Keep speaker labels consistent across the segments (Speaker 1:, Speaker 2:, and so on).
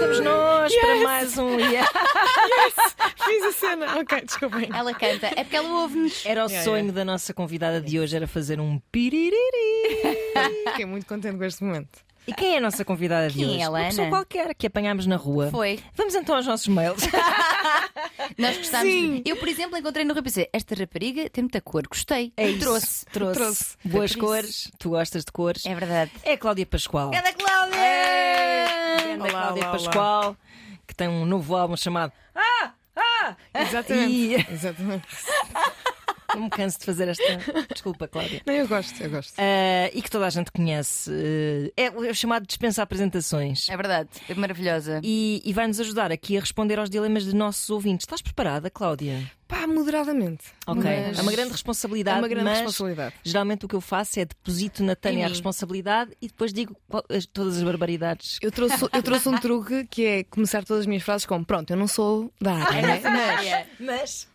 Speaker 1: vamos nós para mais um. Yeah.
Speaker 2: Fiz a cena. Ok, desculpem.
Speaker 3: Ela canta, é porque ela ouve-nos.
Speaker 1: Era o
Speaker 2: Yeah,
Speaker 1: sonho
Speaker 2: yeah.
Speaker 1: da nossa convidada de hoje, era fazer um piririri.
Speaker 2: Fiquei muito contente com este momento.
Speaker 1: E quem é a nossa convidada de
Speaker 3: Quem é
Speaker 1: hoje?
Speaker 3: ela,
Speaker 1: Uma pessoa
Speaker 3: Ana?
Speaker 1: qualquer que apanhámos na rua.
Speaker 3: Foi.
Speaker 1: Vamos então aos nossos mails.
Speaker 3: Nós gostámos.
Speaker 2: Sim.
Speaker 3: Eu, por exemplo, encontrei no Rio e pensei, esta rapariga tem muita cor, gostei.
Speaker 1: É isso.
Speaker 3: Trouxe.
Speaker 1: Trouxe.
Speaker 2: Trouxe.
Speaker 1: Boas
Speaker 3: Foi por
Speaker 1: cores. Tu gostas de cores.
Speaker 3: É verdade.
Speaker 1: É a Cláudia Pascoal.
Speaker 3: Ela é Cláudia!
Speaker 1: Grande
Speaker 2: Olá,
Speaker 1: Cláudia
Speaker 2: olá, olá.
Speaker 1: Pascoal, que tem um novo álbum chamado Ah! Ah!
Speaker 2: Exatamente. Exatamente.
Speaker 1: Não me canso de fazer esta. Desculpa, Cláudia.
Speaker 2: Não, eu gosto, eu gosto.
Speaker 1: Ah, e que toda a gente conhece. Ah, é o é o chamado dispensa apresentações.
Speaker 3: É verdade, é maravilhosa.
Speaker 1: E, e vai-nos ajudar aqui a responder aos dilemas de nossos ouvintes. Estás preparada, Cláudia?
Speaker 2: Pá, moderadamente.
Speaker 1: Ok.
Speaker 3: Mas-
Speaker 1: É uma grande responsabilidade.
Speaker 2: É uma grande
Speaker 1: mas
Speaker 2: responsabilidade.
Speaker 1: Geralmente o que eu faço é deposito na
Speaker 3: Em
Speaker 1: Tânia a
Speaker 3: mim.
Speaker 1: responsabilidade e depois digo qual- as- todas as barbaridades.
Speaker 2: Eu trouxe, eu trouxe um truque que é começar todas as minhas frases com pronto, eu não sou da área, né?
Speaker 3: Yeah.
Speaker 1: Mas.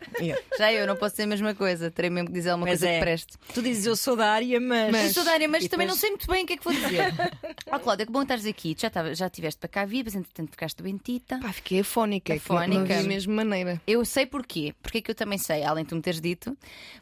Speaker 3: Já eu Ah, não posso ser a mesma coisa, terei mesmo que dizer alguma
Speaker 1: Mas
Speaker 3: coisa
Speaker 1: é.
Speaker 3: que preste.
Speaker 1: Tu dizes eu sou da área, mas.
Speaker 3: Eu sou da área, mas
Speaker 1: E
Speaker 3: também
Speaker 1: depois-
Speaker 3: não sei muito bem o que é que vou dizer. Ó Cláudia, que bom estares aqui. Tu Já, tava, já tiveste para cá vir, mas entretanto ficaste doentita.
Speaker 2: Pá, fiquei afónica, que não- não
Speaker 3: Afónica.
Speaker 2: vi a mesma maneira.
Speaker 3: Eu sei porquê. Porque é que eu também sei, além de tu me teres dito,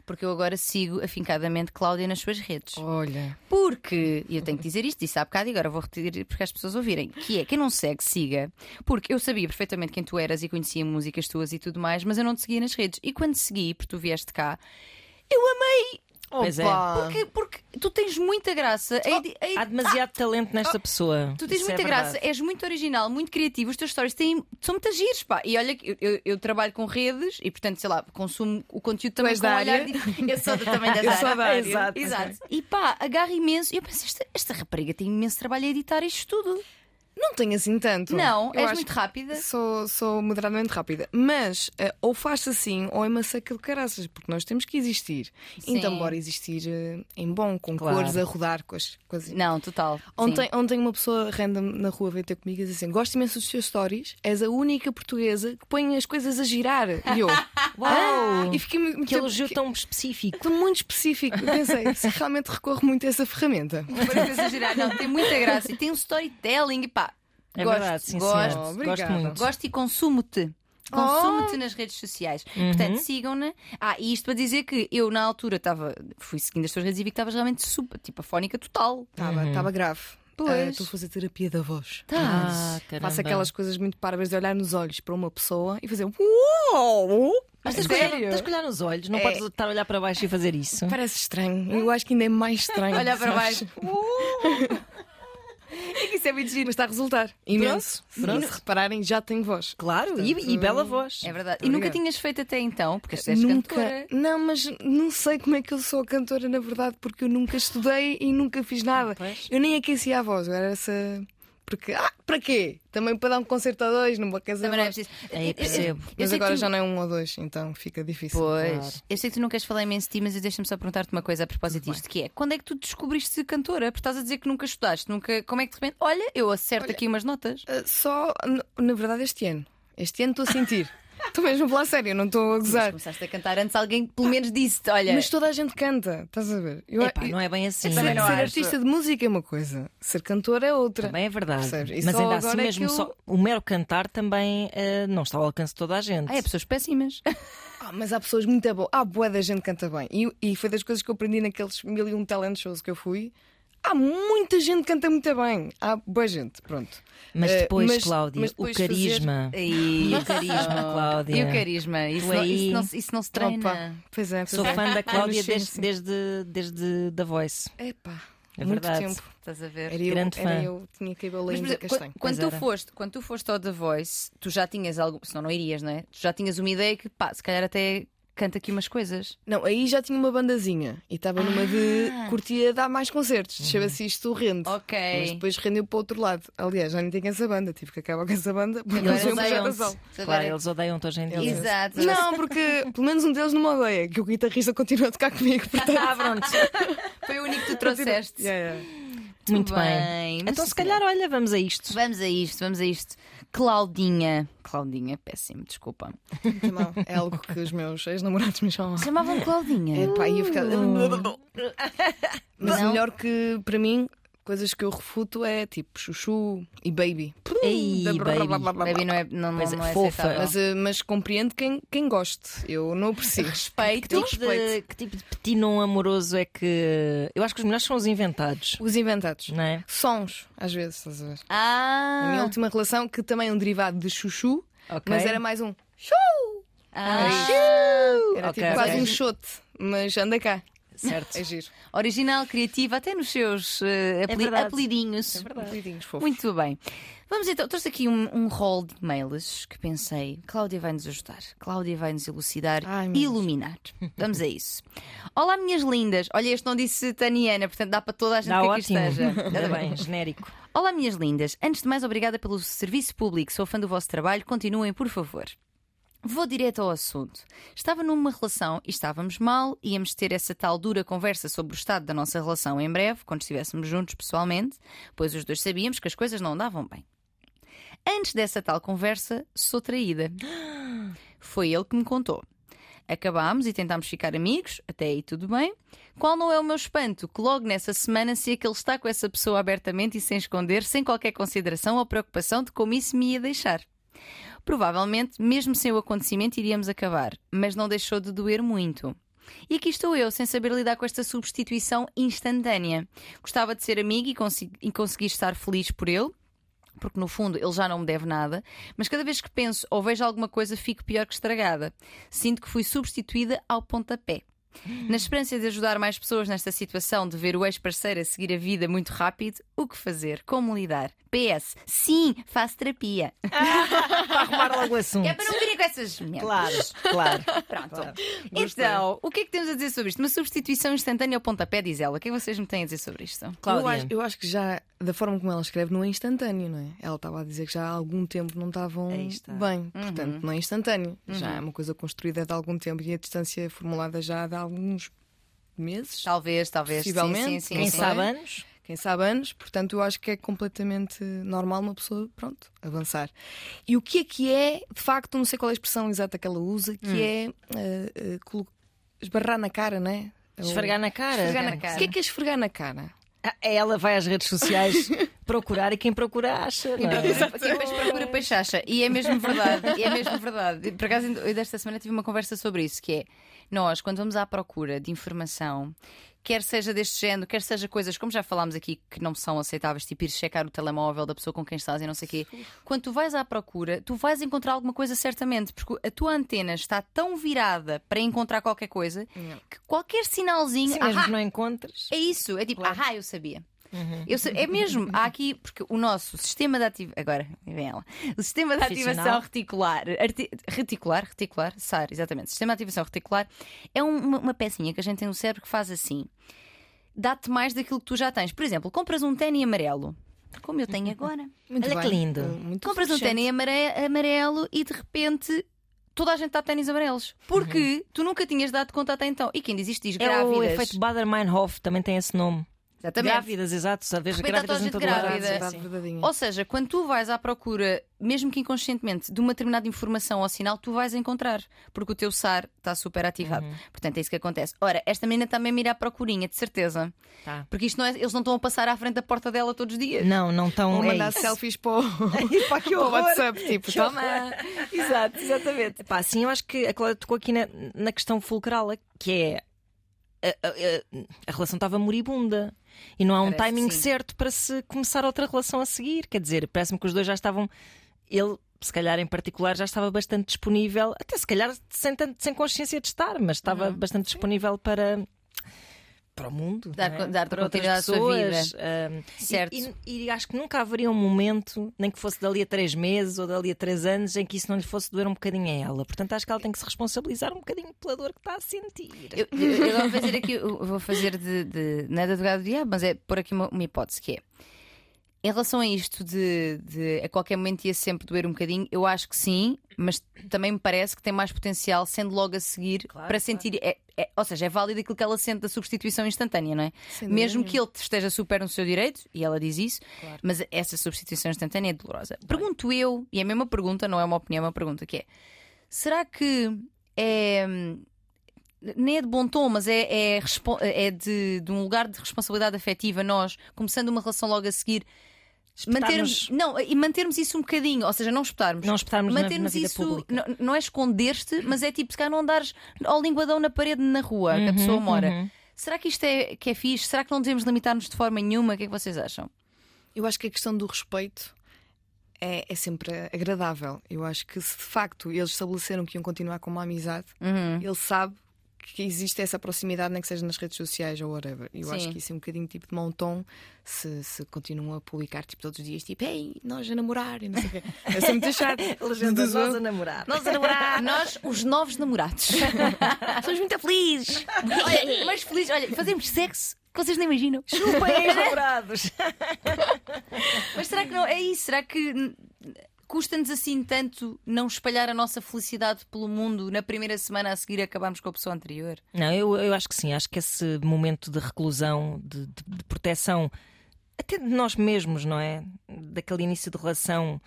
Speaker 3: porque eu agora sigo afincadamente Cláudia nas suas redes.
Speaker 2: Olha,
Speaker 3: Porque, e eu tenho que dizer isto, disse há bocado e agora vou repetir porque as pessoas ouvirem, que é quem não segue, siga. Porque eu sabia perfeitamente quem tu eras e conhecia músicas tuas e tudo mais, mas eu não te seguia nas redes. E quando te segui, porque tu vieste cá, eu amei!
Speaker 1: Pois é.
Speaker 2: Ah.
Speaker 3: Porque, porque tu tens muita graça. A ide- a ide-
Speaker 1: Há demasiado talento nesta pessoa.
Speaker 3: Tu tens
Speaker 1: Isso é
Speaker 3: muita
Speaker 1: verdade.
Speaker 3: graça, és muito original, muito criativo, os teus stories têm, são muito giros, pá. E olha, que eu, eu, eu trabalho com redes e, portanto, sei lá, consumo o conteúdo também
Speaker 2: és
Speaker 3: com
Speaker 2: da
Speaker 3: um
Speaker 2: área?
Speaker 3: olhar de- Eu sou da- também da
Speaker 2: Eu sou da área.
Speaker 3: Exato. Exato. E pá, agarra imenso. E eu penso, esta, esta rapariga tem imenso trabalho a editar isto tudo.
Speaker 2: não tenho assim tanto.
Speaker 3: Não,
Speaker 2: Eu
Speaker 3: és
Speaker 2: acho
Speaker 3: muito
Speaker 2: que
Speaker 3: rápida.
Speaker 2: Sou, sou moderadamente rápida. Mas eh, ou faz-se assim ou é massacre de caraças, porque nós temos que existir.
Speaker 3: Sim.
Speaker 2: Então, bora existir eh, em bom, com
Speaker 1: Claro.
Speaker 2: cores a rodar, com as coisas.
Speaker 3: Não, total.
Speaker 2: Ontem, ontem uma pessoa random na rua veio ter comigo e disse assim: Gosto imenso dos teus stories, és a única portuguesa que põe as coisas a girar. E eu.
Speaker 1: Uau!
Speaker 2: E fiquei muito.
Speaker 1: Que elogio
Speaker 2: que-
Speaker 1: tão específico.
Speaker 2: que muito específico. Pensei, se realmente recorro muito a essa ferramenta.
Speaker 3: Sim. Para não exagerar, não, tem muita graça. E tem um storytelling e pá.
Speaker 1: É
Speaker 3: gosto,
Speaker 1: verdade, sim,
Speaker 3: gosto.
Speaker 1: senhora.
Speaker 2: Obrigada.
Speaker 1: Gosto muito.
Speaker 3: Gosto e consumo-te. Consumo-te nas redes sociais. Portanto, sigam-na. Ah, e isto para dizer que eu, na altura, estava. Fui seguindo as tuas redes e vi que estavas realmente super, tipo, afónica total.
Speaker 2: Estava
Speaker 1: Uhum.
Speaker 2: estava grave.
Speaker 3: Pois.
Speaker 2: Ah, Estou a fazer terapia da voz.
Speaker 1: Ah, caramba.
Speaker 2: Faço aquelas coisas muito parvas de olhar nos olhos para uma pessoa e fazer uou!
Speaker 1: Mas tens que, olhar, tens que olhar nos olhos, não podes estar a olhar para baixo e fazer isso.
Speaker 2: Parece estranho. Eu acho que ainda é mais estranho.
Speaker 3: Olha para
Speaker 2: sabes?
Speaker 3: baixo. Uh! É que isso é muito giro.
Speaker 2: Mas está a resultar. Imenso. Se
Speaker 1: pronto.
Speaker 2: não se repararem, já tenho voz.
Speaker 1: Claro, e, e bela voz.
Speaker 3: É verdade. E
Speaker 2: Obrigada.
Speaker 3: nunca tinhas feito até então, porque és
Speaker 2: nunca.
Speaker 3: cantora.
Speaker 2: Não, mas não sei como é que eu sou cantora, na verdade, porque eu nunca estudei e nunca fiz nada.
Speaker 1: Pois.
Speaker 2: Eu nem aquecia a voz, eu era essa. Porque, ah, para quê? Também para dar um concerto a dois, não vou aquecer a
Speaker 3: Também não é
Speaker 2: voz.
Speaker 3: preciso.
Speaker 1: Aí percebo.
Speaker 3: eu
Speaker 2: Mas
Speaker 3: sei que
Speaker 2: agora
Speaker 3: tu-
Speaker 2: já não é um ou dois, então fica difícil.
Speaker 3: Pois.
Speaker 1: Claro.
Speaker 3: Eu sei que tu não queres falar imenso de ti, mas eu deixa-me só perguntar-te uma coisa a propósito disto, que é quando é que tu descobriste cantora? Porque estás a dizer que nunca estudaste, nunca. Como é que de repente, olha, eu acerto aqui umas notas?
Speaker 2: Ah, Só, n- na verdade, este ano. Este ano estou a sentir. Estou mesmo a falar sério, não estou a
Speaker 3: Mas
Speaker 2: gozar.
Speaker 3: começaste a cantar antes, alguém pelo menos disse-te, olha.
Speaker 2: Mas toda a gente canta, estás a ver? Eu,
Speaker 1: Epá,
Speaker 2: eu-
Speaker 1: não é bem assim.
Speaker 2: ser,
Speaker 3: Também não
Speaker 2: ser
Speaker 3: acho.
Speaker 2: artista de música é uma coisa, ser cantor é outra.
Speaker 1: Também é verdade.
Speaker 2: Percebes? E
Speaker 1: Mas
Speaker 2: só
Speaker 1: ainda assim,
Speaker 2: agora é
Speaker 1: mesmo
Speaker 2: que eu-
Speaker 1: só o mero cantar também eh, não está ao alcance de toda a gente.
Speaker 3: Ah, é pessoas péssimas.
Speaker 2: Ah, mas há pessoas muito boas. Há boa da gente que canta bem. E, e foi das coisas que eu aprendi naqueles mil e um talent shows que eu fui. Há muita gente que canta muito bem. Há boa gente, pronto.
Speaker 1: Mas
Speaker 2: Eh,
Speaker 1: depois,
Speaker 2: mas-
Speaker 1: Cláudia,
Speaker 2: mas depois
Speaker 1: o carisma. E o carisma, Cláudia.
Speaker 3: E o carisma, isso,
Speaker 1: Tu
Speaker 3: não,
Speaker 1: aí-
Speaker 3: isso, não, se- isso não se treina.
Speaker 2: Opa, pois é, pois
Speaker 1: Sou
Speaker 2: é.
Speaker 1: fã da Cláudia
Speaker 2: Anos sim,
Speaker 1: desde,
Speaker 2: sim.
Speaker 1: desde, desde The Voice.
Speaker 2: Epá,
Speaker 1: É
Speaker 2: muito
Speaker 1: verdade.
Speaker 2: tempo.
Speaker 3: Estás a ver?
Speaker 2: Era eu,
Speaker 1: Grande
Speaker 2: era
Speaker 1: fã.
Speaker 2: eu, tinha cabelo
Speaker 3: Mas, por
Speaker 2: ainda
Speaker 3: exemplo, quan-
Speaker 2: castanho.
Speaker 3: quando,
Speaker 1: Pois
Speaker 3: tu
Speaker 1: era.
Speaker 3: foste, quando tu foste ao The Voice, tu já tinhas algo, senão não irias, não é? Tu já tinhas uma ideia que, pá, se calhar até canta aqui umas coisas.
Speaker 2: Não, aí já tinha uma bandazinha e estava numa de
Speaker 3: Ah.
Speaker 2: curtia dar mais
Speaker 1: Uhum.
Speaker 2: concertos. Deixa-se isto rende.
Speaker 3: Ok.
Speaker 2: Mas depois rendeu para o outro lado. Aliás, já nem tenho essa banda, tive que acabar com essa banda porque
Speaker 3: Agora
Speaker 2: eles iam puxar a
Speaker 3: odeiam-se.
Speaker 2: sol.
Speaker 1: Claro, eles odeiam-te hoje em dia.
Speaker 2: Eles-
Speaker 3: Exato.
Speaker 2: Não, porque pelo menos um deles não me odeia, que o guitarrista continua a tocar comigo. Portanto,
Speaker 1: Ah, pronto.
Speaker 3: Foi o único que tu trouxeste.
Speaker 2: Yeah, yeah.
Speaker 1: Muito bem.
Speaker 3: Mas
Speaker 1: Então,
Speaker 3: sim,
Speaker 1: se calhar, olha, vamos a isto.
Speaker 3: Vamos a isto, vamos a isto. Claudinha. Claudinha, péssimo, desculpa.
Speaker 2: Não, é algo que os meus ex-namorados me chamam. É
Speaker 3: Chamavam Claudinha.
Speaker 2: Epá, ia ficar. Mas
Speaker 3: Não.
Speaker 2: melhor que para mim, Coisas que eu refuto é tipo chuchu e baby.
Speaker 1: Ei, baby.
Speaker 3: Baby não é, não, não,
Speaker 1: Pois é,
Speaker 3: não é
Speaker 1: fofa.
Speaker 3: aceitável.
Speaker 2: Mas, eh, mas compreendo quem, quem goste. Eu não aprecio.
Speaker 1: Respeito. Que tipo, de,
Speaker 2: Respeito.
Speaker 1: que tipo de petinon amoroso é que. Eu acho que os melhores são os inventados,
Speaker 2: Os inventados.
Speaker 1: não é?
Speaker 2: Sons, às vezes, estás a ver? A minha
Speaker 3: Ah,
Speaker 2: última relação, que também é um derivado de chuchu,
Speaker 1: Ok. É
Speaker 2: mas era mais um.
Speaker 3: ah,
Speaker 2: Era
Speaker 1: Ok,
Speaker 2: tipo quase
Speaker 1: ok.
Speaker 2: um chote, mas anda cá.
Speaker 1: Certo.
Speaker 2: É giro.
Speaker 3: original, criativa, até nos seus eh, apeli-
Speaker 1: É verdade. É
Speaker 3: apelidinhos.
Speaker 2: Lidinhos fofos.
Speaker 3: Muito bem. Vamos então, trouxe aqui um, um rol de e-mails que pensei, Cláudia vai nos ajudar, Cláudia vai nos elucidar
Speaker 2: Ai, meu
Speaker 3: e iluminar. Vamos a isso. Olá, minhas lindas. Olha, este não disse Taniana, portanto dá para toda a gente
Speaker 1: Dá
Speaker 3: que aqui
Speaker 1: ótimo.
Speaker 3: esteja.
Speaker 1: Ainda bem, genérico.
Speaker 3: Olá, minhas lindas. Antes de mais, obrigada pelo serviço público. Sou fã do vosso trabalho. Continuem, por favor. Vou direto ao assunto. Estava numa relação e estávamos mal, íamos ter essa tal dura conversa sobre o estado da nossa relação em breve, quando estivéssemos juntos pessoalmente, pois os dois sabíamos que as coisas não andavam bem. Antes dessa tal conversa, sou traída. Foi ele que me contou. Acabámos e tentámos ficar amigos, até aí tudo bem. Qual não é o meu espanto que logo nessa semana se é que ele está com essa pessoa abertamente e sem esconder, sem qualquer consideração ou preocupação de como isso me ia deixar. Provavelmente, mesmo sem o acontecimento, iríamos acabar, mas não deixou de doer muito. E aqui estou eu, sem saber lidar com esta substituição instantânea. Gostava de ser amiga e, consi- e conseguir estar feliz por ele, porque no fundo ele já não me deve nada, mas cada vez que penso ou vejo alguma coisa fico pior que estragada. Sinto que fui substituída ao pontapé. Na esperança de ajudar mais pessoas nesta situação de ver o ex-parceiro a seguir a vida muito rápido, o que fazer? Como lidar? PS, sim, faço terapia.
Speaker 1: Para arrumar logo o assunto.
Speaker 3: É para não virem com essas merdas.
Speaker 1: Claro, Hum. claro.
Speaker 3: Pronto.
Speaker 2: Gostei.
Speaker 3: Então, o que é que temos a dizer sobre isto? Uma substituição instantânea ao pontapé, diz ela. O que é que vocês me têm a dizer sobre isto?
Speaker 1: Cláudia.
Speaker 2: Eu acho, eu acho que já, da forma como ela escreve, não é instantâneo, não é? Ela estava a dizer que já há algum tempo não estavam
Speaker 1: Aí está. Uhum.
Speaker 2: bem, portanto não é instantâneo. Já é uma coisa construída de algum tempo e a distância formulada já há de alguns meses,
Speaker 3: Talvez, talvez. sim,
Speaker 2: Possivelmente,
Speaker 3: sim, sim,
Speaker 1: Quem
Speaker 3: sim.
Speaker 1: sabe anos?
Speaker 2: quem sabe anos, portanto eu acho que é completamente normal uma pessoa, pronto, avançar. E o que é que é, de facto, não sei qual é a expressão exata que ela usa,
Speaker 3: Hum.
Speaker 2: que é eh, eh, colo- esbarrar na cara, não é? Ou-
Speaker 1: Esfregar na cara.
Speaker 3: Esfregar na cara.
Speaker 2: O que é que é esfregar na cara?
Speaker 1: Ah, Ela vai às redes sociais procurar e quem procura acha. não é?
Speaker 3: Quem Tipo, depois procura depois chacha. E é mesmo verdade. é mesmo verdade. Por acaso, eu desta semana tive uma conversa sobre isso, que é nós, quando vamos à procura de informação, quer seja deste género, quer seja coisas, como já falámos aqui, que não são aceitáveis, tipo ir checar o telemóvel da pessoa com quem estás e não sei o quê, quando tu vais à procura, tu vais encontrar alguma coisa certamente, porque a tua antena está tão virada para encontrar qualquer coisa que qualquer sinalzinho.
Speaker 1: Sim, mesmo
Speaker 3: "Ahá,
Speaker 1: que não encontres.
Speaker 3: é isso, é tipo, ah, eu sabia.
Speaker 1: Uhum.
Speaker 3: Eu sa- É mesmo, há aqui, porque o nosso sistema de ativação. Agora, aí vem ela. O sistema de ativação
Speaker 1: Profissional.
Speaker 3: reticular. arti- Reticular, reticular, SAR, exatamente. Sistema de ativação reticular é um- uma, uma pecinha que a gente tem no cérebro que faz assim: dá-te mais daquilo que tu já tens. Por exemplo, compras um ténis amarelo, como eu tenho agora.
Speaker 2: Muito
Speaker 1: Olha que
Speaker 2: bem.
Speaker 1: lindo.
Speaker 2: Muito
Speaker 3: Compras um
Speaker 2: fechante.
Speaker 3: ténis amare- amarelo e de repente. Toda a gente está a ténis amarelos. Porque tu nunca tinhas dado conta até então. E quem diz isto diz
Speaker 1: Uhum. É
Speaker 3: grávidas.
Speaker 1: o efeito Bader-Meinhof, também tem esse nome.
Speaker 3: Exatamente.
Speaker 1: Grávidas, exato. Só vejo
Speaker 3: repente há
Speaker 1: grávidas em
Speaker 3: toda
Speaker 1: todo
Speaker 3: a gente
Speaker 1: lado.
Speaker 3: grávida.
Speaker 1: Sim,
Speaker 2: Verdade,
Speaker 1: sim.
Speaker 2: verdadeira.
Speaker 3: Ou seja, quando tu vais à procura, mesmo que inconscientemente, de uma determinada informação ou sinal, tu vais encontrar, porque o teu SAR está super ativado. Portanto, é isso que acontece. Ora, esta menina também me irá à procurinha, de certeza.
Speaker 1: Tá.
Speaker 3: Porque isto não é- eles não estão a passar à frente da porta dela todos os dias.
Speaker 1: Não, não tão.
Speaker 2: Ou
Speaker 1: É
Speaker 2: mandar
Speaker 1: isso.
Speaker 2: selfies para o, para o WhatsApp, tipo, toma.
Speaker 1: Exato, exatamente. Pá, sim, eu acho que a Cláudia tocou aqui na, na questão fulcral, que é. A, a- a- a relação estava moribunda e não há um
Speaker 3: Parece que
Speaker 1: timing
Speaker 3: sim.
Speaker 1: certo para se começar outra relação a seguir. Quer dizer, parece-me que os dois já estavam. Ele, se calhar em particular, já estava bastante disponível, até se calhar sem, tanto- sem consciência de estar, mas
Speaker 3: Uhum.
Speaker 1: estava bastante disponível para. Para o mundo,
Speaker 3: Dar
Speaker 1: não
Speaker 3: co-
Speaker 1: é?
Speaker 3: dar
Speaker 1: para outras
Speaker 3: continuidade à sua
Speaker 1: pessoas, hum, ahm, e-
Speaker 3: Certo.
Speaker 1: E, e acho que nunca haveria um momento, nem que fosse dali a três meses ou dali a três anos, em que isso não lhe fosse doer um bocadinho a ela. Portanto, acho que ela tem que se responsabilizar um bocadinho pela dor que está a sentir.
Speaker 3: Eu, eu- eu vou fazer aqui, eu vou fazer de, de- Não é de advogado do diabo, mas é pôr aqui uma, uma hipótese que é. Em relação a isto de, de a qualquer momento ia sempre doer um bocadinho, eu acho que sim, mas também me parece que tem mais potencial sendo logo a seguir
Speaker 1: Claro,
Speaker 3: para
Speaker 1: claro.
Speaker 3: sentir. é- é- ou seja, é válido aquilo que ela sente da substituição instantânea, não é?
Speaker 2: Sem dúvida
Speaker 3: Mesmo que ele esteja super no seu direito, e ela diz isso, mas essa substituição instantânea é dolorosa. Pergunto eu, e é a mesma pergunta, não é uma opinião, é uma pergunta que é: será que é, nem é de bom tom, mas é, é, respo- é de, de um lugar de responsabilidade afetiva, nós, começando uma relação logo a seguir, mantermos,
Speaker 1: Espetarmos-
Speaker 3: não, e mantermos isso um bocadinho, ou seja, não espetarmos.
Speaker 1: Não espetarmos na-
Speaker 3: mantermos
Speaker 1: na vida
Speaker 3: isso,
Speaker 1: pública.
Speaker 3: não, não é esconder-te, mas é tipo, se calhar não andares ao linguadão na parede na rua
Speaker 1: Uhum,
Speaker 3: que a pessoa mora. Será que isto é, que é fixe? Será que não devemos limitar-nos de forma nenhuma? O que é que vocês acham?
Speaker 2: Eu acho que a questão do respeito é, é sempre agradável. Eu acho que se de facto eles estabeleceram que iam continuar com uma amizade,
Speaker 3: Uhum.
Speaker 2: ele sabe que existe essa proximidade, nem que seja nas redes sociais ou whatever. Eu acho
Speaker 3: Sim.
Speaker 2: que isso é um bocadinho tipo de mau tom se, se continuam a publicar tipo, todos os dias, tipo, ei, nós a namorar e não sei o quê. É sempre muito chato.
Speaker 1: Legenda
Speaker 2: Diz eu.
Speaker 1: nós a namorar.
Speaker 2: Nós a namorar,
Speaker 3: Nós, os novos namorados.
Speaker 2: somos muito felizes.
Speaker 3: olha, mas felizes, olha, fazemos sexo que vocês nem imaginam.
Speaker 1: Bem namorados.
Speaker 3: Mas será que não é isso? Será que hum, custa-nos assim tanto não espalhar a nossa felicidade pelo mundo na primeira semana a seguir acabarmos com a pessoa anterior?
Speaker 1: Não, eu, eu acho que sim. Acho que esse momento de reclusão, de, de- de proteção, até de nós mesmos, não é? Daquele início de relação.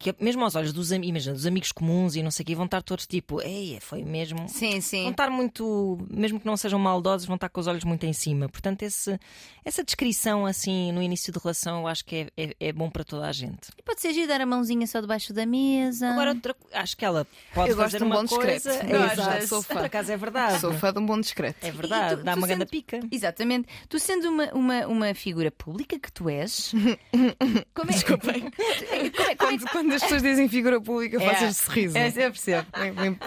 Speaker 1: Que mesmo aos olhos dos, am- imagina, dos amigos comuns e não sei o quê, vão estar todos tipo, ei, foi mesmo.
Speaker 3: Sim,
Speaker 1: Vão
Speaker 3: sim.
Speaker 1: estar muito, mesmo que não sejam maldosos, vão estar com os olhos muito em cima. Portanto, esse, essa descrição assim no início de relação eu acho que é, é- é bom para toda a gente.
Speaker 3: E pode ser giro dar a mãozinha só debaixo da mesa.
Speaker 1: Agora, outra, co- acho que ela pode
Speaker 2: Eu gosto
Speaker 1: fazer
Speaker 2: de um
Speaker 1: uma
Speaker 2: bom
Speaker 1: coisa.
Speaker 2: discreto.
Speaker 1: É,
Speaker 3: Gosto,
Speaker 1: exato.
Speaker 2: sou fã.
Speaker 1: Por acaso é verdade.
Speaker 2: Sou fã de um bom discreto.
Speaker 1: É verdade,
Speaker 3: E tu-
Speaker 1: dá
Speaker 3: tu
Speaker 1: uma grande
Speaker 3: sendo-
Speaker 1: pica.
Speaker 3: Exatamente. Tu sendo uma, uma, uma figura pública que tu és, como é, como é, como é que
Speaker 2: Quando, quando as pessoas dizem figura pública,
Speaker 3: É.
Speaker 2: faz este riso.
Speaker 3: É, eu percebo.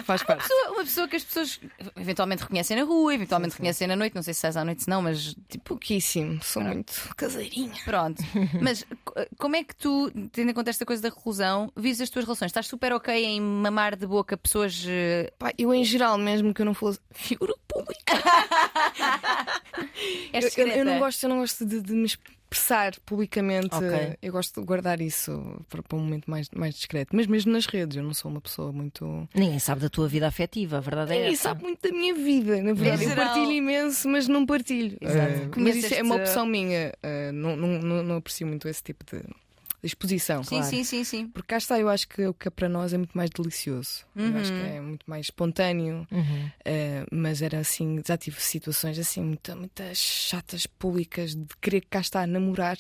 Speaker 2: Faz parte.
Speaker 3: pessoa- uma pessoa que as pessoas eventualmente reconhecem na rua, eventualmente reconhecem na noite, não sei se sais à noite se não, mas tipo,
Speaker 2: Pouquíssimo, sou muito caseirinha.
Speaker 3: pronto. Mas co- como é que tu, tendo em conta esta coisa da reclusão, vives as tuas relações? Estás super ok em mamar de boca pessoas. eh,
Speaker 2: Pá, eu, em geral, mesmo que eu não fosse figura pública,
Speaker 3: és
Speaker 2: eu, eu-
Speaker 3: É
Speaker 2: eu
Speaker 3: discreta?
Speaker 2: não gosto, eu não gosto de, de me expressar publicamente.
Speaker 1: Ok.
Speaker 2: Eu gosto de guardar isso para, para um momento mais, mais discreto. Mas mesmo nas redes, eu não sou uma pessoa muito.
Speaker 1: Ninguém sabe da tua vida afetiva, a verdade é
Speaker 2: Ninguém
Speaker 1: essa.
Speaker 2: sabe muito da minha vida, na verdade. Eu
Speaker 3: Em tá. É geral.
Speaker 2: partilho imenso, mas não partilho.
Speaker 3: Exato.
Speaker 2: Eh, mas
Speaker 3: Conheces
Speaker 2: isso é uma
Speaker 3: esta-
Speaker 2: opção minha. eh, não, não, não, não aprecio muito esse tipo de, de exposição.
Speaker 3: Sim, sim, sim, sim.
Speaker 2: Porque cá está, eu acho que o que é para nós é muito mais delicioso. Eu acho
Speaker 3: Uhum.
Speaker 2: que é muito mais espontâneo.
Speaker 1: Uhum.
Speaker 2: Uh, mas era assim, já tive situações assim, muita, muitas chatas públicas de querer cá estar a namorar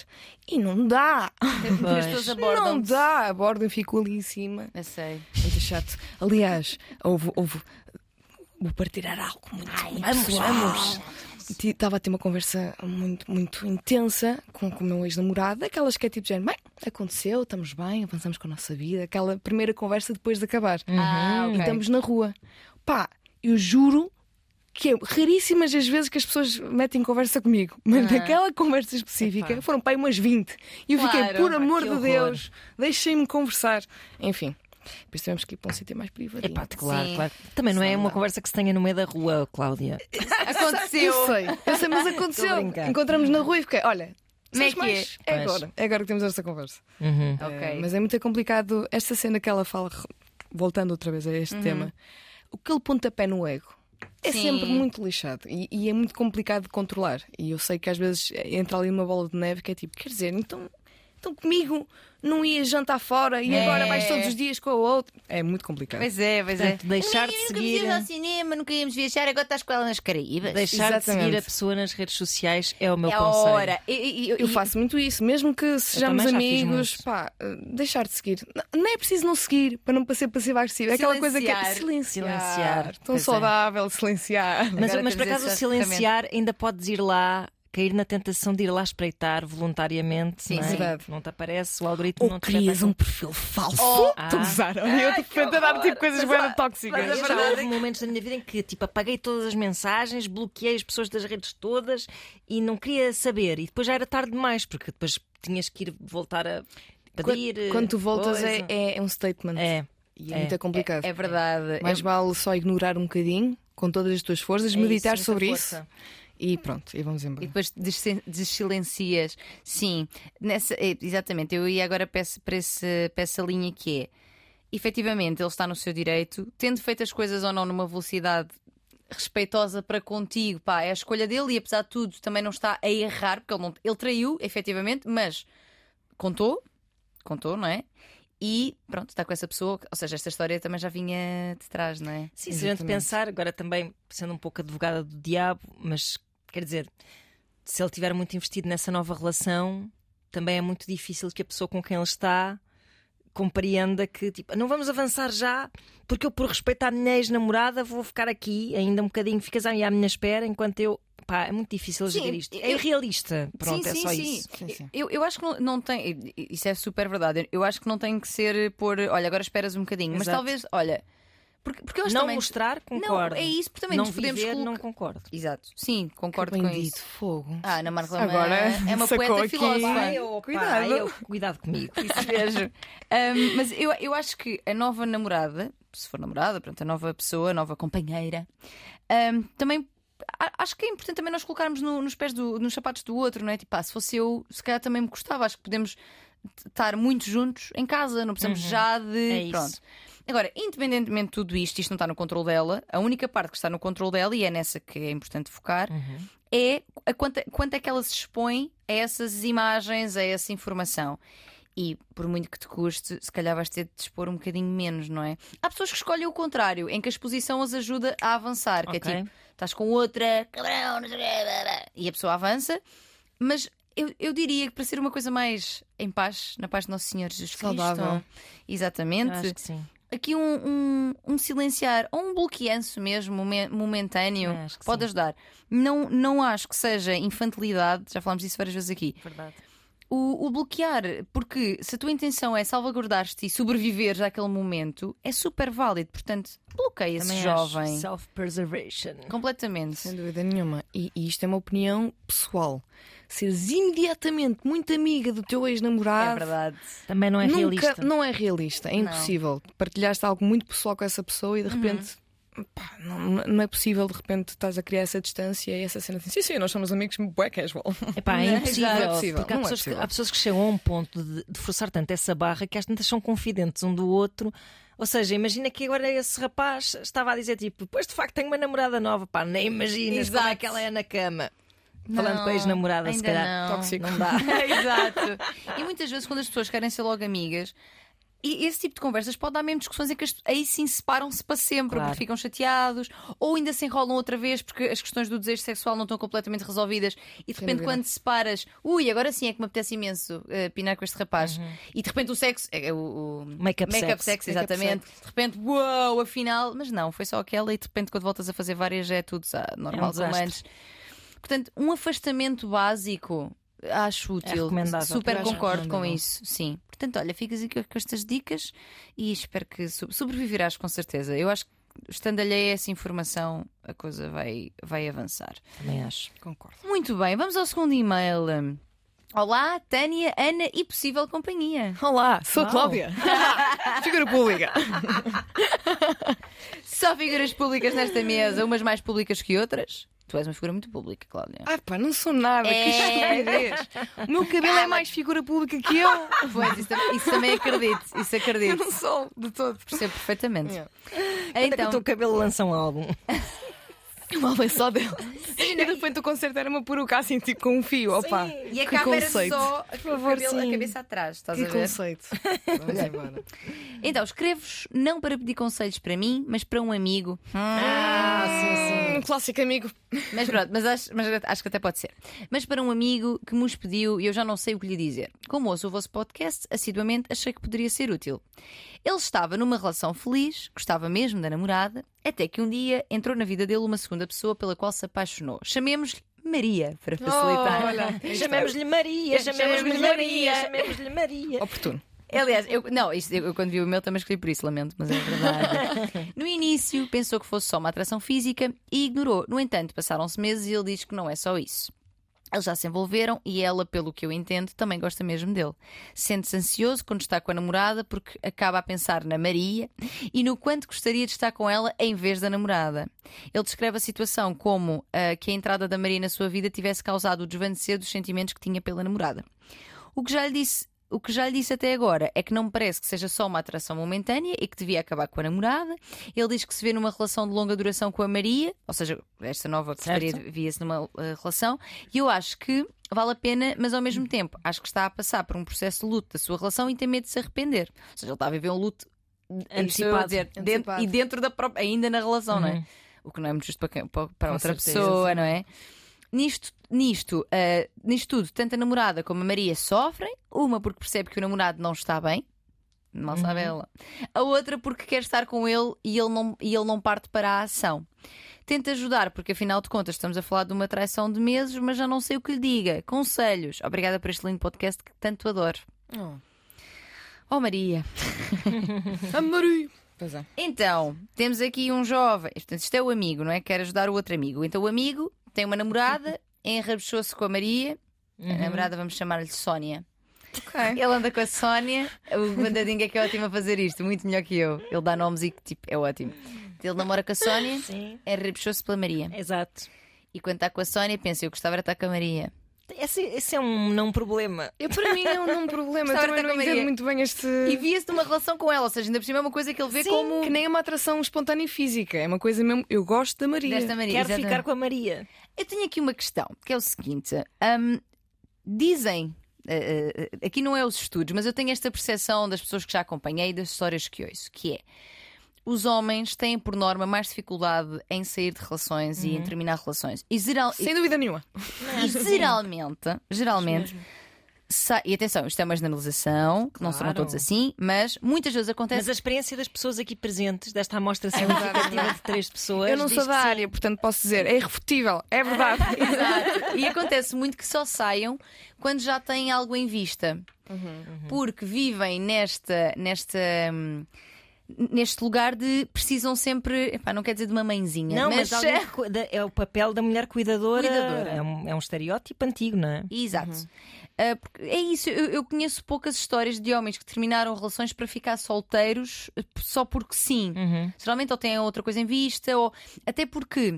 Speaker 2: e não dá,
Speaker 3: Porque As pessoas abordam.
Speaker 2: não dá, a borda ficou ali em cima,
Speaker 3: Eu sei.
Speaker 2: muito chato. Aliás, houve, houve vou partilhar algo muito, muito pessoal. Ti- Estava a ter uma conversa muito, muito intensa com com o meu ex-namorado, aquelas que é tipo, género, bem, aconteceu, estamos bem, avançamos com a nossa vida, aquela primeira conversa depois de acabar
Speaker 3: Ah,
Speaker 2: Uhum. e
Speaker 3: ok.
Speaker 2: estamos na rua. Pá, eu juro que é raríssimas as vezes que as pessoas metem conversa comigo, mas naquela conversa específica foram pá, aí umas 20. E eu
Speaker 3: Claro,
Speaker 2: fiquei, por
Speaker 3: pá,
Speaker 2: amor
Speaker 3: que
Speaker 2: de
Speaker 3: horror.
Speaker 2: Deus, deixem-me conversar. Enfim, depois tivemos que ir para um sítio mais privado.
Speaker 1: Epá, claro,
Speaker 3: Sim.
Speaker 1: claro. Também não é
Speaker 2: Sim,
Speaker 1: uma
Speaker 2: dá.
Speaker 1: conversa que se tenha no meio da rua, Cláudia.
Speaker 3: Aconteceu.
Speaker 2: Eu sei, eu sei, mas
Speaker 1: Estou a
Speaker 2: aconteceu.
Speaker 1: brincar.
Speaker 2: Encontramos na rua e fiquei, olha.
Speaker 3: Como é
Speaker 2: sabes
Speaker 3: que é?
Speaker 2: mais? é
Speaker 1: Pois.
Speaker 2: agora, é agora que temos esta conversa.
Speaker 1: Uhum.
Speaker 3: Ok.
Speaker 2: Eh, mas é muito complicado esta cena que ela fala, re- voltando outra vez a este
Speaker 1: Uhum.
Speaker 2: tema, o que ele pontapé no ego. É
Speaker 3: Sim.
Speaker 2: sempre muito lixado e, e é muito complicado de controlar. E eu sei que às vezes entra ali uma bola de neve que é tipo, quer dizer, então, então comigo não ias jantar fora e
Speaker 3: É.
Speaker 2: agora vais todos os dias com a outra. É muito complicado.
Speaker 3: Pois é, pois é.
Speaker 1: Portanto, deixar de
Speaker 3: Nunca
Speaker 1: seguir.
Speaker 3: íamos ao cinema, nunca íamos viajar, agora estás com ela nas Caraíbas.
Speaker 1: Deixar de seguir a
Speaker 2: Exatamente.
Speaker 1: pessoa nas redes sociais é o meu
Speaker 3: é a
Speaker 1: conselho.
Speaker 3: hora. E- e- e-
Speaker 2: Eu faço muito isso, mesmo que sejamos
Speaker 1: também já fiz
Speaker 2: amigos,
Speaker 1: muito.
Speaker 2: pá, eh, deixar de seguir. N- Não, é preciso não seguir para não ser passivo-agressivo. É aquela coisa que é
Speaker 3: Silenciar.
Speaker 2: silenciar.
Speaker 1: Silenciar.
Speaker 2: Tão
Speaker 1: Pois é.
Speaker 2: saudável silenciar.
Speaker 1: Mas,
Speaker 3: Agora
Speaker 1: mas por
Speaker 3: temos
Speaker 1: acaso o
Speaker 3: esse argumento.
Speaker 1: silenciar ainda podes ir lá, cair na tentação de ir lá espreitar voluntariamente.
Speaker 3: Sim,
Speaker 1: não, é?
Speaker 3: sim.
Speaker 2: Verdade.
Speaker 1: não te aparece, o algoritmo
Speaker 2: Ou
Speaker 1: não te
Speaker 2: crias
Speaker 1: detecta.
Speaker 2: um perfil falso.
Speaker 3: Oh.
Speaker 2: Estou a usar. Olha, eu estou a dar tipo coisas bem
Speaker 1: Eu
Speaker 3: é
Speaker 2: tóxicas.
Speaker 1: já houve momentos da minha vida em que tipo, apaguei todas as mensagens, bloqueei as pessoas das redes todas e não queria saber. E depois já era tarde demais, porque depois tinhas que ir voltar a pedir. eh,
Speaker 2: Quando, quando tu voltas é,
Speaker 1: coisa.
Speaker 2: é- é um statement.
Speaker 1: É.
Speaker 2: E é,
Speaker 1: é.
Speaker 2: muito complicado.
Speaker 3: É verdade.
Speaker 2: Mais
Speaker 3: É-
Speaker 2: vale só ignorar um bocadinho, com todas as tuas forças,
Speaker 1: É
Speaker 2: meditar
Speaker 1: isso, muita
Speaker 2: sobre
Speaker 1: força.
Speaker 2: isso e pronto, e vamos
Speaker 3: E
Speaker 2: embora.
Speaker 3: depois desen- desilencias. Sim, nessa, é, exatamente. Eu ia agora para, esse- para, esse- para essa linha que é. Efetivamente, ele está no seu direito, tendo feito as coisas ou não numa velocidade respeitosa para contigo, pá, é a escolha dele e apesar de tudo também não está a errar, porque ele, não, ele traiu, efetivamente, mas contou, contou, não é? E pronto, está com essa pessoa, ou seja, esta história também já vinha de trás, não é?
Speaker 1: Sim, se a gente
Speaker 2: Exatamente.
Speaker 1: pensar, agora também sendo um pouco advogada do diabo, mas quer dizer, se ele tiver muito investido nessa nova relação, também é muito difícil que a pessoa com quem ele está compreenda que, tipo, não vamos avançar já, porque eu, por respeito à minha ex-namorada, vou ficar aqui ainda um bocadinho, ficas aí à minha espera enquanto eu. Pá, é muito difícil
Speaker 3: Sim,
Speaker 1: gerir isto. É
Speaker 3: eu-
Speaker 1: irrealista. Pronto,
Speaker 3: sim,
Speaker 1: é
Speaker 3: sim,
Speaker 1: só
Speaker 3: sim.
Speaker 1: isso.
Speaker 2: Sim, sim.
Speaker 3: Eu, eu acho que não, não tem. e- Isso é super verdade. Eu acho que não tem que ser por. Olha, agora esperas um bocadinho. Mas
Speaker 1: Exato.
Speaker 3: talvez, olha. Porque, porque eu acho
Speaker 1: Não
Speaker 3: também.
Speaker 1: mostrar, concordo.
Speaker 3: Não, é isso, porque também
Speaker 1: não
Speaker 3: nos podemos
Speaker 1: viver,
Speaker 3: colocar-
Speaker 1: não concordo.
Speaker 3: Exato. Sim, concordo com
Speaker 2: Bendito,
Speaker 3: isso.
Speaker 2: fogo.
Speaker 3: Ah, Ana Marcos é uma-
Speaker 2: Agora
Speaker 3: é uma
Speaker 2: sacou
Speaker 3: poeta
Speaker 2: aqui.
Speaker 3: filósofa.
Speaker 2: Ai,
Speaker 1: opa,
Speaker 2: cuidado.
Speaker 1: eu- cuidado comigo.
Speaker 3: Isso mesmo. Ahm, mas eu, eu acho que a nova namorada, se for namorada, pronto, a nova pessoa, a nova companheira, ahm, também. a- Acho que é importante também nós colocarmos no- nos pés do, nos sapatos do outro, não é? Tipo, ah, se fosse eu, se calhar também me gostava. Acho que podemos t- estar muito juntos em casa, não precisamos já de.
Speaker 1: É isso.
Speaker 3: Pronto. Agora, independentemente de tudo isto, isto não está no controle dela, a única parte que está no controle dela, e é nessa que é importante focar, é a quanto, quanto é que ela se expõe a essas imagens, a essa informação. E por muito que te custe, se calhar vais ter de te expor um bocadinho menos, não é? Há pessoas que escolhem o contrário, em que a exposição as ajuda a avançar, que
Speaker 1: Ok.
Speaker 3: é tipo, estás com outra, cabrão, não sei o quê, blá, blá", e a pessoa avança, mas. Eu, eu diria que para ser uma coisa mais em paz, na paz de Nosso Senhor Jesus Cristo,
Speaker 2: Saudável.
Speaker 1: Eu
Speaker 3: exatamente,
Speaker 1: acho que sim.
Speaker 3: aqui um, um, um silenciar ou um bloqueanço mesmo momen- momentâneo
Speaker 1: Acho que
Speaker 3: pode
Speaker 1: sim.
Speaker 3: ajudar. Não, não acho que seja infantilidade, já falámos disso várias vezes aqui.
Speaker 1: Verdade.
Speaker 3: O, o bloquear, porque se a tua intenção é salvaguardar-te e sobreviver àquele momento, é super válido. Portanto, bloqueia esse
Speaker 1: Também
Speaker 3: jovem.
Speaker 1: acho. Self-preservation.
Speaker 2: Sem
Speaker 3: Completamente.
Speaker 2: dúvida nenhuma. E, e isto é uma opinião pessoal. Seres imediatamente muito amiga do teu
Speaker 3: É
Speaker 2: ex-namorado.
Speaker 3: verdade.
Speaker 1: Também não é
Speaker 2: nunca
Speaker 1: realista.
Speaker 2: não é realista, é impossível. Partilhaste algo muito pessoal com essa pessoa e de repente pá, não, não é possível, de repente estás a criar essa distância e essa cena de sim, sim, nós somos amigos bué casual.
Speaker 1: Epá, é
Speaker 3: Não,
Speaker 1: impossível.
Speaker 3: exato.
Speaker 2: Não é possível,
Speaker 1: Porque há,
Speaker 2: não é
Speaker 1: pessoas Que,
Speaker 2: possível.
Speaker 1: há pessoas que chegam a um ponto de, de forçar tanto essa barra que às tantas são confidentes um do outro. Ou seja, imagina que agora esse rapaz estava a dizer tipo, pois de facto tenho uma namorada nova, pá, nem imaginas como é
Speaker 3: Exato.
Speaker 1: que ela é na cama. Falando com a ex-namorada, se
Speaker 3: ainda
Speaker 1: calhar.
Speaker 3: não.
Speaker 2: Tóxico.
Speaker 1: Não dá.
Speaker 3: Exato. E muitas vezes, quando as pessoas querem ser logo amigas, e esse tipo de conversas pode dar mesmo discussões em que as- aí sim separam-se para sempre,
Speaker 1: Claro.
Speaker 3: porque ficam chateados, ou ainda se enrolam outra vez porque as questões do desejo sexual não estão completamente resolvidas, e de repente,
Speaker 2: dúvida.
Speaker 3: quando se separas, ui, agora sim é que me apetece imenso eh, pinar com este rapaz,
Speaker 1: Uhum.
Speaker 3: e de repente o sexo, é, o, o
Speaker 1: Make-up
Speaker 3: make-up
Speaker 1: sex.
Speaker 3: sex,
Speaker 2: Make-up
Speaker 3: exatamente, de repente, uau, afinal, mas não, foi só aquela, e de repente, quando voltas a fazer várias, já é tudo ah, normal como
Speaker 1: desastre.
Speaker 3: antes. Portanto, um afastamento básico acho útil.
Speaker 1: recomendável.
Speaker 3: Super
Speaker 2: Eu acho
Speaker 3: concordo com
Speaker 2: recomendável.
Speaker 3: isso, sim. Portanto, olha, ficas aqui com estas dicas e espero que so- sobreviverás com certeza. Eu acho que estando alheia a essa informação, a coisa vai, vai avançar.
Speaker 1: Também acho.
Speaker 2: Concordo.
Speaker 3: Muito bem, vamos ao segundo e-mail. Olá, Tânia, Ana e possível companhia.
Speaker 2: Olá, sou a
Speaker 1: Uau.
Speaker 2: Cláudia. Figura pública.
Speaker 3: Só figuras públicas nesta mesa, umas mais públicas que outras. Tu és uma figura muito pública, Cláudia.
Speaker 2: Ah, pá, não sou nada,
Speaker 3: É.
Speaker 2: que estupidez. O meu cabelo é mais figura pública que eu.
Speaker 3: Pois, isso, tam- isso também acredito, isso
Speaker 2: Eu
Speaker 3: acredito.
Speaker 2: não sou de todo.
Speaker 3: Percebo perfeitamente. Então,
Speaker 2: Yeah.
Speaker 3: É.
Speaker 1: Até que o teu cabelo lança um álbum.
Speaker 2: Mal bem só dela. E de repente o concerto era uma peruca assim, tipo com um fio, opa.
Speaker 3: E
Speaker 2: Que
Speaker 3: a capa era
Speaker 2: conceito.
Speaker 3: só o
Speaker 1: favor,
Speaker 3: cabelo- a
Speaker 1: sim.
Speaker 3: cabeça atrás, estás
Speaker 2: Que
Speaker 3: a ver?
Speaker 2: conceito. Vamos embora.
Speaker 3: Então, escrevo-vos não para pedir conselhos para mim, mas para um amigo.
Speaker 1: Ah, sim,
Speaker 2: Um clássico amigo.
Speaker 3: Mas pronto, mas acho, mas acho que até pode ser. Mas para um amigo que me os pediu e eu já não sei o que lhe dizer. Como ouço o vosso podcast assiduamente, achei que poderia ser útil. Ele estava numa relação feliz, gostava mesmo da namorada, até que um dia entrou na vida dele uma segunda pessoa pela qual se apaixonou. Chamemos-lhe Maria, para
Speaker 2: Oh,
Speaker 3: facilitar.
Speaker 1: sim. Chamemos-lhe Maria, chamemos-lhe Maria, chamemos-lhe Maria.
Speaker 2: Oportuno.
Speaker 3: É, Aliás, eu, não, isto, eu, quando vi o meu também escrevi por isso, lamento, mas é verdade. no início, pensou que fosse só uma atração física e ignorou. No entanto, passaram-se meses e ele diz que não é só isso. Eles já se envolveram e ela, pelo que eu entendo, também gosta mesmo dele. Sente-se ansioso quando está com a namorada porque acaba a pensar na Maria e no quanto gostaria de estar com ela em vez da namorada. Ele descreve a situação como ah, que a entrada da Maria na sua vida tivesse causado o desvanecer dos sentimentos que tinha pela namorada. O que já lhe disse o que já lhe disse até agora é que não me parece que seja só uma atração momentânea e que devia acabar com a namorada. Ele diz que se vê numa relação de longa duração com a Maria, ou seja, esta nova que se
Speaker 1: Certo.
Speaker 3: faria via-se numa eh, relação, e eu acho que vale a pena, mas ao mesmo tempo acho que está a passar por um processo de luto da sua relação e tem medo de se arrepender. Ou seja, ele está a viver um luto é isso que eu ia
Speaker 1: Antecipado.
Speaker 3: dizer, dentro-
Speaker 2: Antecipado.
Speaker 3: e dentro da própria, ainda na relação, não é? O que não é muito justo para, quem- para- para
Speaker 1: Com
Speaker 3: outra
Speaker 1: certeza.
Speaker 3: pessoa, não é? Nisto, nisto, ah, nisto tudo, tanto a namorada como a Maria sofrem, uma porque percebe que o namorado não está bem, mal
Speaker 1: Uhum.
Speaker 3: sabe ela, a outra porque quer estar com ele e ele não, e ele não parte para a ação. Tenta ajudar, porque afinal de contas estamos a falar de uma traição de meses, mas já não sei o que lhe diga. Conselhos. Obrigada por este lindo podcast que tanto adoro. Oh Maria.
Speaker 2: Amarui! Pois é.
Speaker 3: Então, temos aqui um jovem. Portanto, isto é o amigo, não é? Quer ajudar o outro amigo. Então, o amigo tem uma namorada, enrabixou-se com a Maria. A namorada, vamos chamar-lhe Sónia. Ele anda com a Sónia. O Bandadinho é que é ótimo a fazer isto, muito melhor que eu. Ele dá nomes e que tipo, é ótimo. Ele namora com a Sónia,
Speaker 1: Sim.
Speaker 3: enrabixou-se pela Maria.
Speaker 1: Exato.
Speaker 3: E quando está com a Sónia, pensa, eu gostava era de estar com a Maria.
Speaker 1: Esse, esse é um não problema.
Speaker 2: Eu, para mim é um não problema. Eu
Speaker 3: Estava
Speaker 2: também
Speaker 3: até
Speaker 2: não
Speaker 3: com a
Speaker 2: entendo
Speaker 3: Maria.
Speaker 2: muito bem este.
Speaker 3: E via-se numa relação com ela, ou seja, ainda por cima é uma coisa que ele vê
Speaker 2: Sim,
Speaker 3: como.
Speaker 2: que nem é uma atração espontânea e física. É uma coisa mesmo. Eu gosto da Maria.
Speaker 3: Desta Maria.
Speaker 1: Quero
Speaker 3: exatamente.
Speaker 1: ficar com a Maria.
Speaker 3: Eu tenho aqui uma questão, que é o seguinte: hum, dizem. eh, eh, eh, aqui não é os estudos, mas eu tenho esta percepção das pessoas que já acompanhei e das histórias que ouço, que é os homens têm por norma mais dificuldade em sair de relações e em terminar relações. E, geral-
Speaker 2: Sem dúvida nenhuma.
Speaker 3: e geralmente, geralmente, sa- e atenção, isto é uma generalização, não serão
Speaker 1: Claro.
Speaker 3: todos assim, mas muitas vezes acontece
Speaker 1: Mas a experiência das pessoas aqui presentes, desta amostra significativa de três pessoas.
Speaker 2: Eu não
Speaker 1: diz
Speaker 2: sou
Speaker 1: que
Speaker 2: da
Speaker 1: sim.
Speaker 2: área, portanto posso dizer. É irrefutível. É verdade.
Speaker 3: Exato. E acontece muito que só saiam quando já têm algo em vista. Porque vivem nesta, nesta, hum, neste lugar de precisam sempre, epá, não quer dizer de uma mãezinha,
Speaker 1: Não,
Speaker 3: mas,
Speaker 1: mas, alguém que cuida- é o papel da mulher cuidadora.
Speaker 3: Cuidadora.
Speaker 1: É, um, é um estereótipo antigo, não é?
Speaker 3: Exato. Ah, porque é isso, eu, eu conheço poucas histórias de homens que terminaram relações para ficar solteiros eh, só porque sim. Geralmente ou têm outra coisa em vista, ou até porque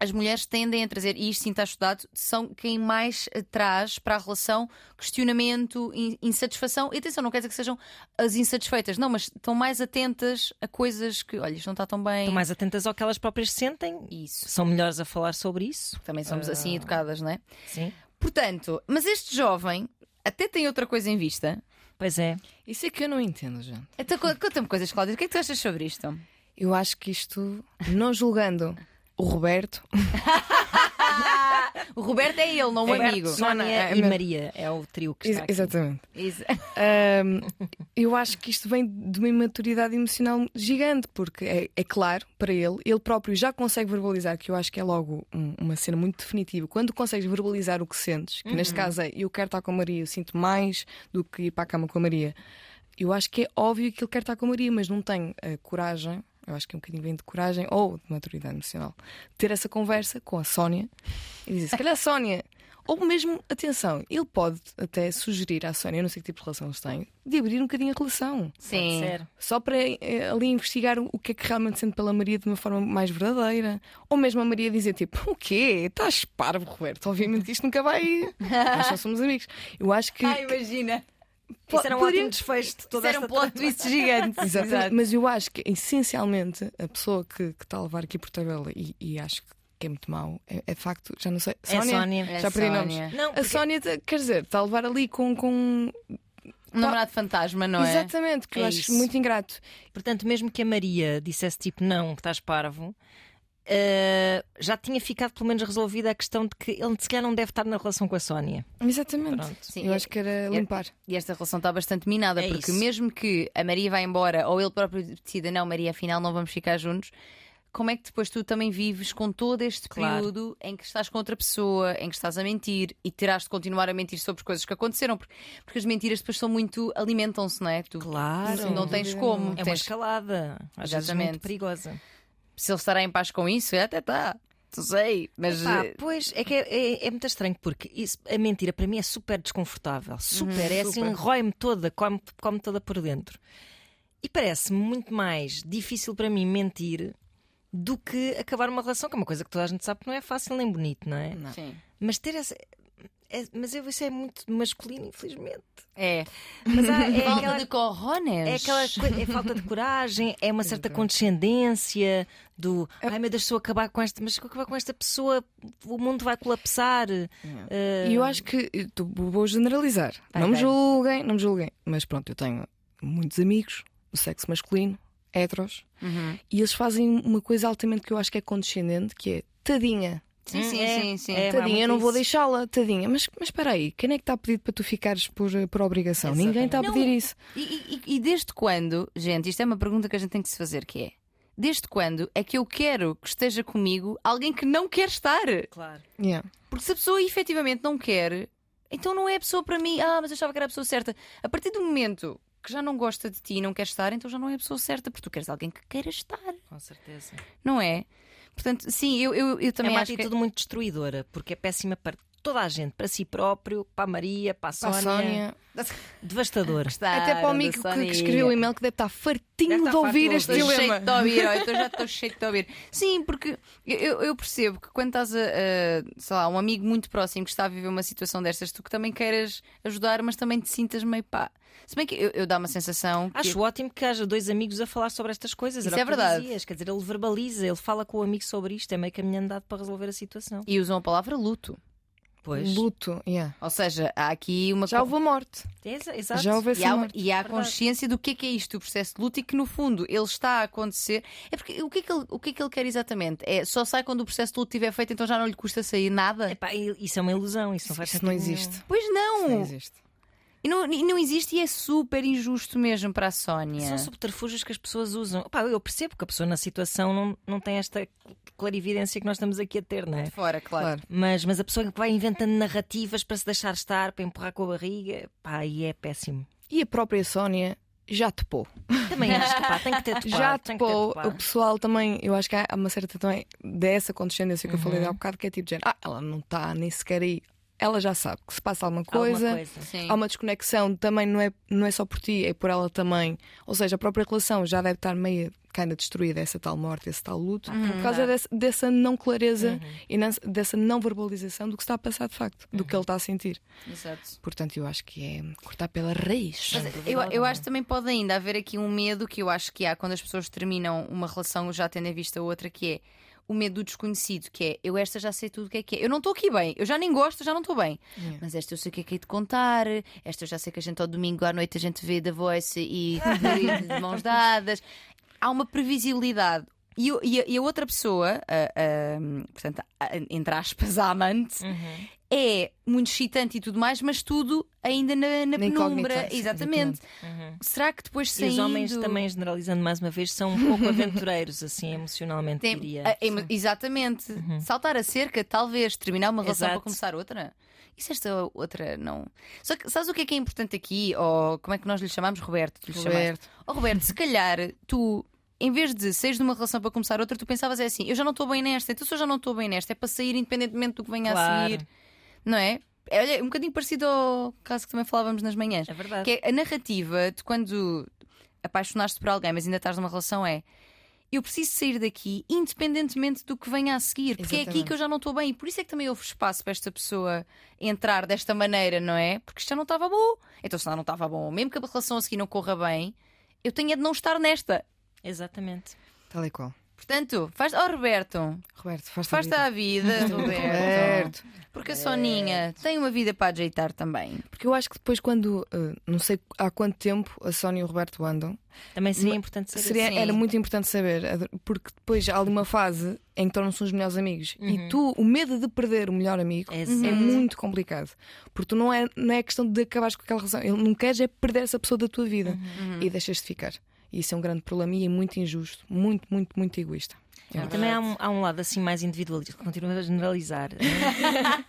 Speaker 3: as mulheres tendem a trazer, e isto sim está estudado, são quem mais eh, traz para a relação questionamento, in- insatisfação. E atenção, não quer dizer que sejam as insatisfeitas, não, mas estão mais atentas a coisas que, olha, isto não está tão bem.
Speaker 1: Estão mais atentas ao que elas próprias sentem.
Speaker 3: Isso.
Speaker 1: São melhores a falar sobre isso.
Speaker 3: Também somos assim educadas, não é?
Speaker 1: Sim.
Speaker 3: Portanto, mas este jovem até tem outra coisa em vista.
Speaker 1: Pois é.
Speaker 2: Isso é que eu não entendo, gente.
Speaker 3: Então, co- conta-me coisas, Cláudia. O que é que tu achas sobre isto?
Speaker 2: Eu acho que isto, não julgando o Roberto,
Speaker 3: O Roberto é ele, não o
Speaker 1: Roberto,
Speaker 3: amigo.
Speaker 1: Sónia
Speaker 2: Não, não,
Speaker 1: e
Speaker 2: é-
Speaker 1: Maria é o trio que
Speaker 2: Ex-
Speaker 1: está aqui.
Speaker 2: exatamente.
Speaker 3: Isso.
Speaker 2: Ahm, eu acho que isto vem de uma imaturidade emocional gigante, porque é, é claro para ele, ele próprio já consegue verbalizar, que eu acho que é logo um- uma cena muito definitiva. Quando consegues verbalizar o que sentes, que neste caso é eu quero estar com a Maria, eu sinto mais do que ir para a cama com a Maria. Eu acho que é óbvio que ele quer estar com a Maria, mas não tem a coragem. Eu acho que é um bocadinho vem de coragem ou de maturidade emocional. Ter essa conversa com a Sónia e dizer: se calhar, Sónia, ou mesmo, atenção, ele pode até sugerir à Sónia, eu não sei que tipo de relação eles têm, de abrir um bocadinho a relação.
Speaker 3: Sim.
Speaker 1: Sério.
Speaker 2: Só para eh, ali investigar o que é que realmente sente pela Maria de uma forma mais verdadeira. Ou mesmo a Maria dizer tipo, o quê? Estás parvo, Roberto. Obviamente que isto nunca vai. Nós só somos amigos. Eu acho que.
Speaker 1: Ah,
Speaker 3: Ai, imagina.
Speaker 2: po-
Speaker 1: Isso era um
Speaker 2: poderia-
Speaker 1: ótimo desfecho de
Speaker 3: Isso
Speaker 1: toda
Speaker 3: era um
Speaker 1: esta
Speaker 3: plot twist gigante.
Speaker 2: Exatamente.
Speaker 3: Exato.
Speaker 2: Mas eu acho que, essencialmente, a pessoa que, que está a levar aqui por tabela, e, e acho que é muito mau, é, é de facto, já não sei.
Speaker 1: É Sónia.
Speaker 3: É
Speaker 2: Já perdi nomes.
Speaker 3: Sónia.
Speaker 1: Não,
Speaker 2: A Sónia, te- quer dizer, está a levar ali com. com...
Speaker 3: Um namorado fantasma, não é?
Speaker 2: Exatamente, que eu
Speaker 1: É
Speaker 2: acho
Speaker 1: isso.
Speaker 2: muito ingrato.
Speaker 1: Portanto, mesmo que a Maria dissesse tipo não, que estás parvo, eh, já tinha ficado pelo menos resolvida a questão de que ele se calhar não deve estar na relação com a Sónia.
Speaker 2: Exatamente.
Speaker 1: Pronto.
Speaker 3: Sim,
Speaker 2: eu
Speaker 3: é-
Speaker 2: acho que era limpar.
Speaker 3: E esta relação está bastante minada,
Speaker 1: É
Speaker 3: porque
Speaker 1: isso.
Speaker 3: mesmo que a Maria vá embora ou ele próprio decida, não, Maria, afinal não vamos ficar juntos, como é que depois tu também vives com todo este
Speaker 1: Claro.
Speaker 3: período em que estás com outra pessoa, em que estás a mentir e terás de continuar a mentir sobre coisas que aconteceram? Porque, porque as mentiras depois são muito. alimentam-se, não é? Tu
Speaker 1: Claro.
Speaker 3: não tens como.
Speaker 1: É uma
Speaker 3: tens-
Speaker 1: escalada, às vezes é
Speaker 3: Exatamente.
Speaker 1: muito perigosa.
Speaker 3: se ele estará em paz com isso, até está. Não sei, mas.
Speaker 1: Pá,
Speaker 3: eh,
Speaker 1: pois é que é, é- é muito estranho porque isso- a mentira para mim é super desconfortável, super, é assim, rói-me toda, come, come toda por dentro. E parece-me muito mais difícil para mim mentir do que acabar uma relação, que é uma coisa que toda a gente sabe que não é fácil nem bonito, não é?
Speaker 3: Sim.
Speaker 1: Mas ter essa, é- mas eu, isso é muito masculino, infelizmente.
Speaker 3: É.
Speaker 1: Mas há, é,
Speaker 3: Falta
Speaker 1: aquela,
Speaker 3: de corrones.
Speaker 1: é aquela coi- é falta de coragem, é uma certa condescendência do ai meu Deus, se eu acabar com esta, mas se eu acabar com esta pessoa, o mundo vai colapsar. Eh,
Speaker 2: E eu acho que eu tô- vou generalizar.
Speaker 3: Vai,
Speaker 2: não me
Speaker 3: vai.
Speaker 2: julguem, não me julguem. Mas pronto, eu tenho muitos amigos do sexo masculino, heteros,
Speaker 3: Uhum.
Speaker 2: e eles fazem uma coisa altamente que eu acho que é condescendente, que é tadinha.
Speaker 3: Sim, sim,
Speaker 1: É,
Speaker 3: sim, sim.
Speaker 1: é. há
Speaker 2: Tadinha,
Speaker 1: muito
Speaker 2: eu não vou
Speaker 1: isso.
Speaker 2: deixá-la, tadinha. Mas, mas espera aí, quem é que está a pedir para tu ficares por, eh, por obrigação? Ninguém está a
Speaker 3: Não.
Speaker 2: pedir isso.
Speaker 3: E, e- e desde quando, gente, isto é uma pergunta que a gente tem que se fazer, que é desde quando é que eu quero que esteja comigo alguém que não quer estar?
Speaker 1: Claro.
Speaker 2: Yeah.
Speaker 3: Porque se a pessoa efetivamente não quer, então não é a pessoa para mim. Ah, mas eu achava que era a pessoa certa. A partir do momento que já não gosta de ti e não quer estar, então já não é a pessoa certa, porque tu queres alguém que queira estar,
Speaker 1: Com certeza.
Speaker 3: não é? Portanto, sim, eu, eu, eu
Speaker 1: Também
Speaker 3: também
Speaker 1: é uma
Speaker 3: acho
Speaker 1: atitude muito destruidora, porque é péssima para toda a gente, para si próprio, para a Maria, para a
Speaker 2: Para
Speaker 1: Sónia.
Speaker 2: a Sónia.
Speaker 1: Devastador.
Speaker 3: que. Gostar
Speaker 2: Até para o
Speaker 3: da
Speaker 2: Mico que,
Speaker 3: Sónia.
Speaker 2: que escreveu o e-mail que deve estar fartinho
Speaker 1: Deve estar
Speaker 2: de
Speaker 1: farto
Speaker 2: ouvir
Speaker 1: de
Speaker 2: este
Speaker 3: Estou
Speaker 1: ouvir.
Speaker 2: dilema.
Speaker 3: cheio de ouvir, olha, eu já estou cheio de ouvir. Sim, porque eu, eu percebo que quando estás a, a, sei lá, um amigo muito próximo que está a viver uma situação destas, tu que também queiras ajudar, mas também te sintas meio pá. Se bem que eu, eu dá uma sensação. que-
Speaker 1: Acho ótimo que haja dois amigos a falar sobre estas coisas.
Speaker 3: Isso
Speaker 1: Era
Speaker 3: é
Speaker 1: o que tu
Speaker 3: verdade.
Speaker 1: Dizias. Quer dizer, ele verbaliza, ele fala com o amigo sobre isto, é meio caminho andado para resolver a situação.
Speaker 3: E usam a palavra luto.
Speaker 1: Pois.
Speaker 2: Luto, yeah.
Speaker 3: Ou seja, há aqui uma.
Speaker 2: Já
Speaker 3: co-
Speaker 2: houve a morte.
Speaker 1: É, exa- exato.
Speaker 2: Já houve
Speaker 3: E
Speaker 2: essa
Speaker 3: há, um
Speaker 2: morte.
Speaker 3: e há
Speaker 1: Verdade.
Speaker 3: consciência do que é que é isto, o processo de luto, e que no fundo ele está a acontecer. É porque o que é que ele, o que é que ele quer exatamente? É só sai quando o processo de luto estiver feito, então já não lhe custa sair nada?
Speaker 1: Epá, e- isso é uma ilusão, isso não faz
Speaker 2: Isso não
Speaker 1: sentido nenhum.
Speaker 2: existe.
Speaker 3: Pois
Speaker 2: Isso
Speaker 3: não!
Speaker 2: não existe.
Speaker 3: E não, e não existe e é super injusto mesmo para a Sónia.
Speaker 1: São subterfúgios que as pessoas usam. Epá, eu percebo que a pessoa na situação não, não tem esta clarividência que nós estamos aqui a ter, não é?
Speaker 3: De fora, claro.
Speaker 2: Claro.
Speaker 1: Mas, mas a pessoa que vai inventando narrativas para se deixar estar, para empurrar com a barriga, pá, aí é péssimo.
Speaker 2: E a própria Sónia já topou.
Speaker 1: Também acho que pá, tem que ter topado,
Speaker 2: Já
Speaker 1: tem que ter
Speaker 2: topou.
Speaker 1: topado.
Speaker 2: O pessoal também, eu acho que há uma certa também dessa condescendência que eu falei há bocado, que é tipo de género, ah, ela não está nem sequer aí. Ela já sabe que se passa alguma
Speaker 1: Alguma
Speaker 2: coisa.
Speaker 3: Sim.
Speaker 2: Há uma desconexão também, não é, não é só por ti, é por ela também. Ou seja, a própria relação já deve estar meio ainda destruída, essa tal morte, esse tal luto, por causa desse- dessa não clareza e nan- dessa não verbalização do que está a passar de facto, do que ele está a sentir.
Speaker 3: Exato.
Speaker 2: Portanto, eu acho que é cortar pela raiz.
Speaker 3: Mas eu, eu acho que também pode ainda haver aqui um medo que eu acho que há quando as pessoas terminam uma relação já tendo em vista outra, que é o medo do desconhecido, que é eu esta já sei tudo o que é que é. Eu não estou aqui bem, eu já nem gosto, já não estou bem. Mas esta eu sei o que é que é de contar, esta eu já sei que a gente ao domingo à noite a gente vê da voice e de mãos dadas. Há uma previsibilidade. E, o- e a, e a outra pessoa, a- a- portanto, a- entre aspas, a amante,
Speaker 1: Uhum,
Speaker 3: é muito excitante e tudo mais, mas tudo ainda na, na
Speaker 2: Na incógnita,
Speaker 3: penumbra.
Speaker 2: sim,
Speaker 3: Exatamente. Será que depois
Speaker 1: uhum. E
Speaker 3: saindo...
Speaker 1: os homens também, generalizando mais uma vez, são um pouco aventureiros, assim, emocionalmente,
Speaker 3: Tem-
Speaker 1: diria.
Speaker 2: Ah, é
Speaker 1: Uhum.
Speaker 3: a- emo- exatamente. Saltar a cerca, talvez, terminar uma relação
Speaker 1: Exato.
Speaker 3: para começar outra. E se esta outra não. Só que sabes o que é que é importante aqui? Ou como é que nós lhe chamamos? Roberto. Tu lhe chamaste.
Speaker 2: Roberto.
Speaker 3: Oh, Roberto, se calhar tu, em vez de sair de uma relação para começar outra, tu pensavas é assim: eu já não estou bem nesta, então se eu já não estou bem nesta, é para sair independentemente do que venha a
Speaker 1: Claro.
Speaker 3: seguir. Não é? É, Olha, é um bocadinho parecido ao caso que também falávamos nas manhãs.
Speaker 1: É verdade.
Speaker 3: Que é a narrativa de quando apaixonaste por alguém, mas ainda estás numa relação, é. Eu preciso sair daqui independentemente do que venha a seguir, porque é aqui
Speaker 2: Exatamente.
Speaker 3: que eu já não estou bem. E por isso é que também houve espaço para esta pessoa entrar desta maneira, não é? Porque isto já não estava bom. Então, se já não estava bom, mesmo que a relação a seguir não corra bem, eu tenho é de não estar nesta.
Speaker 2: é
Speaker 1: Exatamente.
Speaker 2: Tal e qual.
Speaker 3: Portanto, faz. Oh, Roberto,
Speaker 2: Roberto, faz-te a
Speaker 3: faz-te
Speaker 2: vida.
Speaker 3: à vida, Roberto.
Speaker 2: Roberto.
Speaker 3: Porque a Soninha tem uma vida para ajeitar também.
Speaker 2: Porque eu acho que depois, quando eh, não sei há quanto tempo a Sónia e o Roberto andam,
Speaker 1: Também seria importante ser
Speaker 2: seria,
Speaker 1: assim.
Speaker 2: era muito importante saber, ad- porque depois há ali uma fase em que tornam-se os melhores amigos e tu, o medo de perder o melhor amigo
Speaker 1: É
Speaker 2: é,
Speaker 1: certo.
Speaker 2: muito complicado. Porque tu não é, não é questão de acabares com aquela relação, ele não queres é perder essa pessoa da tua vida e deixas de ficar. E isso é um grande problema e é muito injusto, muito, muito, muito egoísta.
Speaker 1: E também há um, há um lado assim mais individualista, continuo a generalizar. né?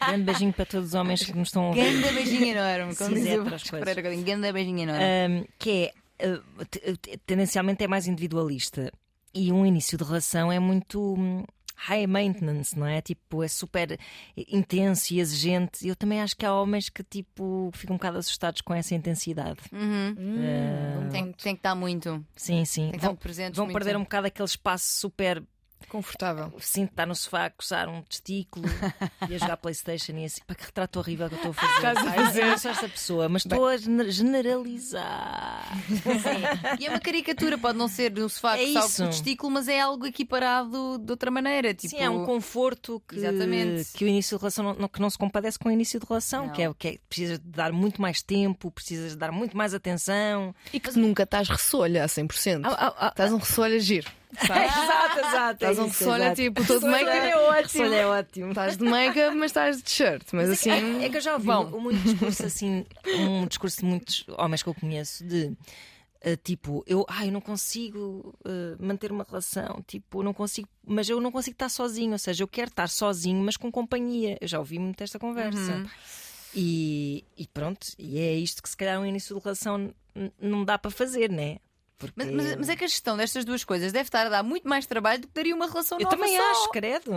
Speaker 1: Grande beijinho para todos os homens que nos estão a ouvir.
Speaker 3: Ganda beijinho enorme, como
Speaker 1: Um Sim,
Speaker 3: diz
Speaker 1: é
Speaker 3: o
Speaker 1: para as
Speaker 3: Vasco
Speaker 1: coisas.
Speaker 3: Pereira Godinho. Ganda beijinho enorme.
Speaker 1: Ahm, que é ah, te- te- tendencialmente é mais individualista e um início de relação é muito hum, high maintenance, não é? Tipo, é super intenso e exigente. Eu também acho que há homens que tipo ficam um bocado assustados com essa intensidade.
Speaker 2: Hum,
Speaker 3: Uhum. tem, tem que estar muito.
Speaker 1: Sim, sim.
Speaker 3: Tem que estar
Speaker 1: Vão,
Speaker 3: muito presente.
Speaker 2: um
Speaker 1: vão perder um bocado aquele espaço super
Speaker 2: Confortável.
Speaker 1: Sinto estar no sofá a coçar um testículo e a jogar Playstation e assim, para que retrato horrível que eu estou a fazer.
Speaker 2: Estás a
Speaker 1: Ai,
Speaker 2: fazer.
Speaker 1: Eu não sou esta pessoa, mas estou a gener- generalizar.
Speaker 3: E é uma caricatura, pode não ser de um sofá
Speaker 1: É
Speaker 3: que salga
Speaker 1: isso.
Speaker 3: com o testículo, mas é algo equiparado de outra maneira. Tipo,
Speaker 1: Sim, é um conforto que,
Speaker 3: Exatamente.
Speaker 1: que o início de relação não, não- que não se compadece com o início de relação,
Speaker 3: Não.
Speaker 1: que é, que é precisas de dar muito mais tempo, precisas de dar muito mais atenção.
Speaker 2: E que nunca estás ressolha a 100%. Estás um ressolha giro.
Speaker 1: exato, exato.
Speaker 2: Estás um ressolha tipo todo make-up.
Speaker 1: ótimo. é ótimo.
Speaker 2: Estás de make-up, mas estás de shirt. Mas
Speaker 1: Mas
Speaker 2: assim.
Speaker 1: é, que- é que eu já ouvi
Speaker 2: bom.
Speaker 1: mu- muito discurso assim, um discurso de muitos homens que eu conheço de eh, tipo, eu, ai, eu não consigo eh, manter uma relação, tipo, eu não consigo, mas eu não consigo estar sozinho, ou seja, eu quero estar sozinho, mas com companhia. Eu já ouvi muito esta conversa. E, e pronto, e é isto que se calhar um início de relação n- não dá para fazer, né? Porque...
Speaker 3: Mas, mas- mas é que a gestão destas duas coisas deve estar a dar muito mais trabalho do que daria uma relação
Speaker 1: eu
Speaker 3: nova
Speaker 1: também
Speaker 3: só.
Speaker 1: acho, credo.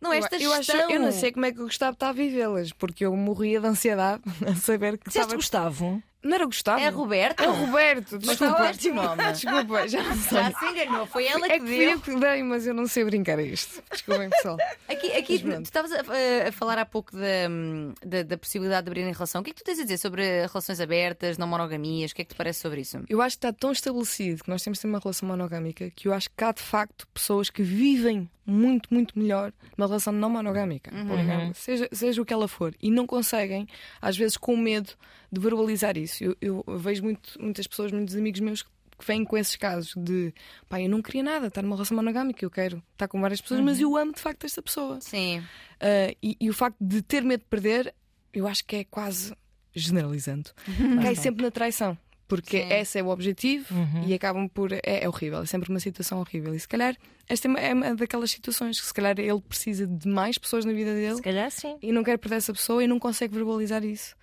Speaker 3: Não, esta
Speaker 2: eu, acho,
Speaker 3: gestão.
Speaker 2: eu não sei como é que o Gustavo está a vivê-las, porque eu morria de ansiedade a saber que
Speaker 1: Dizeste
Speaker 2: estava.
Speaker 1: Gustavo?
Speaker 2: Não era o Gustavo?
Speaker 3: É Roberto?
Speaker 2: É o Roberto, desculpa.
Speaker 3: está ótimo, homem.
Speaker 2: desculpa, já não sei.
Speaker 3: Já se enganou, foi ela que
Speaker 2: É que fui
Speaker 3: viu.
Speaker 2: eu que dei, mas eu não sei brincar a isto. Desculpem, pessoal.
Speaker 3: Aqui, aqui
Speaker 2: Mas pronto.
Speaker 3: tu estavas a, a- a falar há pouco da, hum, da, da possibilidade de abrirem relação. O que é que tu tens a dizer sobre eh, relações abertas, não monogamias? O que é que te parece sobre isso?
Speaker 2: Eu acho que está tão estabelecido que nós temos de ter uma relação monogâmica que eu acho que há de facto pessoas que vivem muito, muito melhor uma relação não monogâmica, por exemplo, seja, seja o que ela for, e não conseguem, às vezes com medo de verbalizar isso. Eu, eu vejo muito, muitas pessoas, muitos amigos meus que vêm com esses casos de pá, eu não queria nada, estar numa relação monogâmica, eu quero estar com várias pessoas, mas eu amo de facto esta pessoa.
Speaker 3: Sim.
Speaker 2: Uh, e, e o facto de ter medo de perder, eu acho que é quase generalizando.
Speaker 1: Uhum.
Speaker 2: Cai sempre na traição. Porque
Speaker 3: Sim.
Speaker 2: esse é o objetivo e acabam por. É, é horrível, é sempre uma situação horrível. E se calhar, esta é uma- é uma daquelas situações que se calhar ele precisa de mais pessoas na vida dele
Speaker 1: Se calhar sim.
Speaker 2: e não quer perder essa pessoa e não consegue verbalizar isso.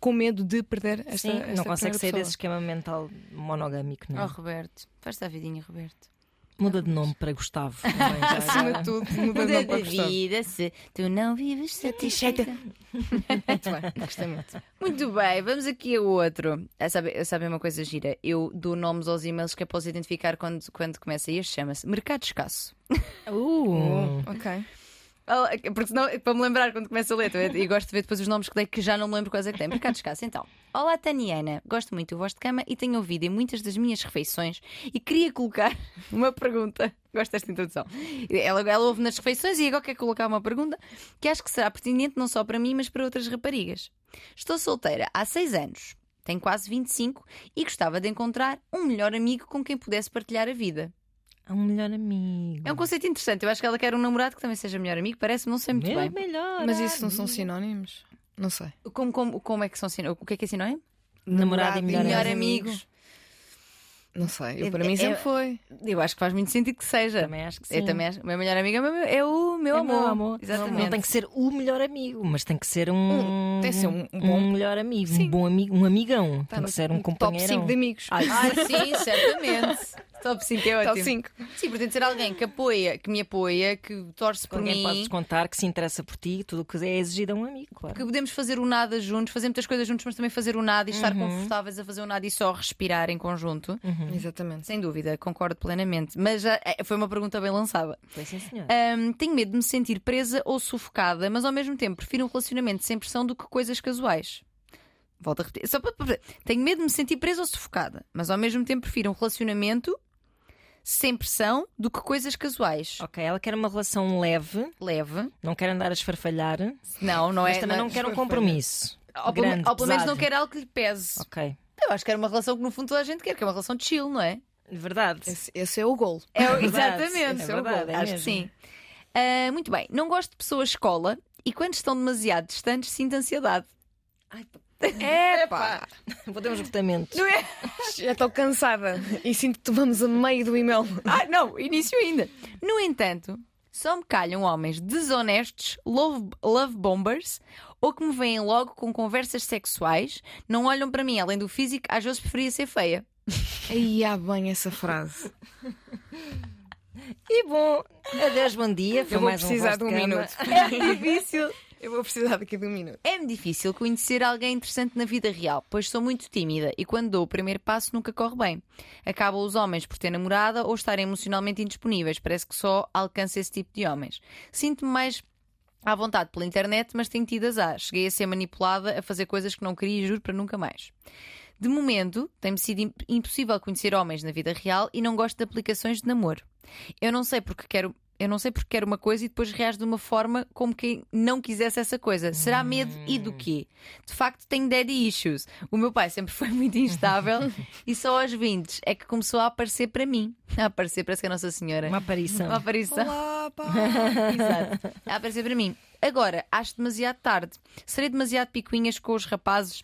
Speaker 2: Com medo de perder esta,
Speaker 1: Sim,
Speaker 2: esta
Speaker 1: não consegue
Speaker 2: primeira
Speaker 1: sair
Speaker 2: pessoa.
Speaker 1: desse esquema mental monogâmico, né?
Speaker 2: É.
Speaker 1: não.
Speaker 3: Oh, Roberto. Faz-te a vidinha, Roberto.
Speaker 1: Muda de nome para Gustavo. também, já
Speaker 2: Acima
Speaker 1: agora.
Speaker 2: de tudo, mudando
Speaker 3: Muda
Speaker 2: a
Speaker 3: de
Speaker 2: questão.
Speaker 3: é vida se tu não vives satisfeita.
Speaker 2: é Muito bem, gostei muito.
Speaker 3: Muito bem, vamos aqui a outro. Ah, Sabe, sabe uma coisa gira? Eu dou nomes aos e-mails que é para os identificar quando, quando começa. E este chama-se Mercado Escasso.
Speaker 2: Oh.
Speaker 1: Uh,
Speaker 2: ok.
Speaker 3: Ah, Porque senão, para me lembrar quando começa a letra, e gosto de ver depois os nomes que dei que já não me lembro quais é que tem. Mercado Escasso, então. Olá, Taniana. Gosto muito do vosso de cama e tenho ouvido em muitas das minhas refeições e queria colocar uma pergunta. Gosto desta introdução. Ela, ela ouve nas refeições e agora quer colocar uma pergunta que acho que será pertinente não só para mim, mas para outras raparigas. Estou solteira há seis anos, tenho quase 25 e gostava de encontrar um melhor amigo com quem pudesse partilhar a vida.
Speaker 1: é um melhor amigo.
Speaker 3: É um conceito interessante. Eu acho que ela quer um namorado que também seja melhor amigo, parece-me, não sei muito
Speaker 1: Meu
Speaker 3: bem.
Speaker 1: melhor
Speaker 2: Mas isso não são
Speaker 1: amigo.
Speaker 2: sinónimos? Não sei.
Speaker 3: Como, como, como é que são sinónimos? O que é que é sinónimo?
Speaker 1: Namorado e melhor
Speaker 3: Melhor
Speaker 2: amigo.
Speaker 3: amigo.
Speaker 2: Não sei, eu,
Speaker 3: É-
Speaker 2: para mim
Speaker 3: é-
Speaker 2: sempre foi.
Speaker 3: Eu acho que faz muito sentido que seja.
Speaker 1: Também acho que sim.
Speaker 3: Eu também acho. O meu melhor amigo é o meu- é o meu
Speaker 1: É
Speaker 3: amor.
Speaker 1: meu amor.
Speaker 3: Exatamente.
Speaker 1: Não tem que ser o melhor amigo, mas tem que ser um.
Speaker 2: Um- tem que ser um bom-
Speaker 1: melhor amigo,
Speaker 2: Sim.
Speaker 1: um bom amigo, um amigão.
Speaker 2: Tá
Speaker 1: tem
Speaker 2: no
Speaker 1: que ser um
Speaker 2: Top 5
Speaker 1: companheiro.
Speaker 2: de amigos.
Speaker 1: Ai,
Speaker 3: Ah, sim, certamente. Top 5 é ótimo.
Speaker 2: Top 5.
Speaker 3: Sim, portanto, ser alguém que apoia, que me apoia, que torce por
Speaker 1: alguém
Speaker 3: mim.
Speaker 1: pode contar que se interessa por ti, tudo o que é exigido a um amigo, claro.
Speaker 3: Que podemos fazer o nada juntos, fazer muitas coisas juntos, mas também fazer o nada e estar
Speaker 1: Uhum.
Speaker 3: confortáveis a fazer o nada e só respirar em conjunto.
Speaker 2: Exatamente.
Speaker 3: Sem dúvida, concordo plenamente. Mas já, eh, foi uma pergunta bem lançada.
Speaker 1: Pois sim, senhor.
Speaker 3: Ahm, tenho medo de me sentir presa ou sufocada, mas ao mesmo tempo prefiro um relacionamento sem pressão do que coisas casuais. Volto a repetir. Só para, para- tenho medo de me sentir presa ou sufocada, mas ao mesmo tempo prefiro um relacionamento sem pressão do que coisas casuais.
Speaker 1: Ok, ela quer uma relação leve,
Speaker 3: Leve.
Speaker 1: não quer andar a esfarfalhar,
Speaker 3: Não, não
Speaker 1: mas
Speaker 3: é.
Speaker 1: também não quer um compromisso.
Speaker 3: Ou pelo,
Speaker 1: grande,
Speaker 3: ou pelo menos não
Speaker 1: pesado.
Speaker 3: quer algo que lhe pese.
Speaker 1: Ok,
Speaker 3: Eu acho que era uma relação que no fundo toda a gente quer, que é uma relação de chill, não é?
Speaker 1: verdade.
Speaker 2: Esse, esse é o gol.
Speaker 3: É, o-
Speaker 1: verdade,
Speaker 3: exatamente.
Speaker 1: é verdade, é
Speaker 3: Acho que
Speaker 1: mesmo.
Speaker 3: sim. Ah, muito bem. Não gosto de pessoas escola e quando estão demasiado distantes sinto ansiedade.
Speaker 2: É pá.
Speaker 1: Vou ter um esgotamento.
Speaker 3: Não é?
Speaker 2: Já estou cansada e sinto que vamos a meio do e-mail.
Speaker 3: Ah, não, início ainda. No entanto, só me calham homens desonestos, love, love bombers, ou que me veem logo com conversas sexuais, não olham para mim além do físico, às vezes preferia ser feia.
Speaker 2: Aí há bem essa frase.
Speaker 1: E bom, adeus, bom dia. Foi
Speaker 2: Eu vou
Speaker 1: mais
Speaker 2: precisar
Speaker 1: um
Speaker 2: de um
Speaker 1: Voz
Speaker 2: minuto.
Speaker 1: Cama.
Speaker 3: É difícil.
Speaker 2: Eu vou precisar daqui de um minuto.
Speaker 3: É-me difícil conhecer alguém interessante na vida real, pois sou muito tímida e quando dou o primeiro passo nunca corre bem. Acabam os homens por ter namorada ou estarem emocionalmente indisponíveis, parece que só alcança esse tipo de homens. Sinto-me mais à vontade pela internet, mas tenho tido azar. Cheguei a ser manipulada a fazer coisas que não queria e juro para nunca mais. De momento, tem-me sido imp- impossível conhecer homens na vida real e não gosto de aplicações de namoro. Eu não sei porque quero. Eu não sei porque quero uma coisa e depois reage de uma forma como quem não quisesse essa coisa. Será medo e do quê? De facto, tenho daddy issues. O meu pai sempre foi muito instável e só aos 20 é que começou a aparecer para mim. A aparecer, parece que é a Nossa Senhora.
Speaker 1: Uma aparição.
Speaker 3: Uma aparição.
Speaker 2: Olá, pá!
Speaker 3: Exato. Tá A aparecer para mim. Agora, acho demasiado tarde. Serei demasiado picuinhas com os rapazes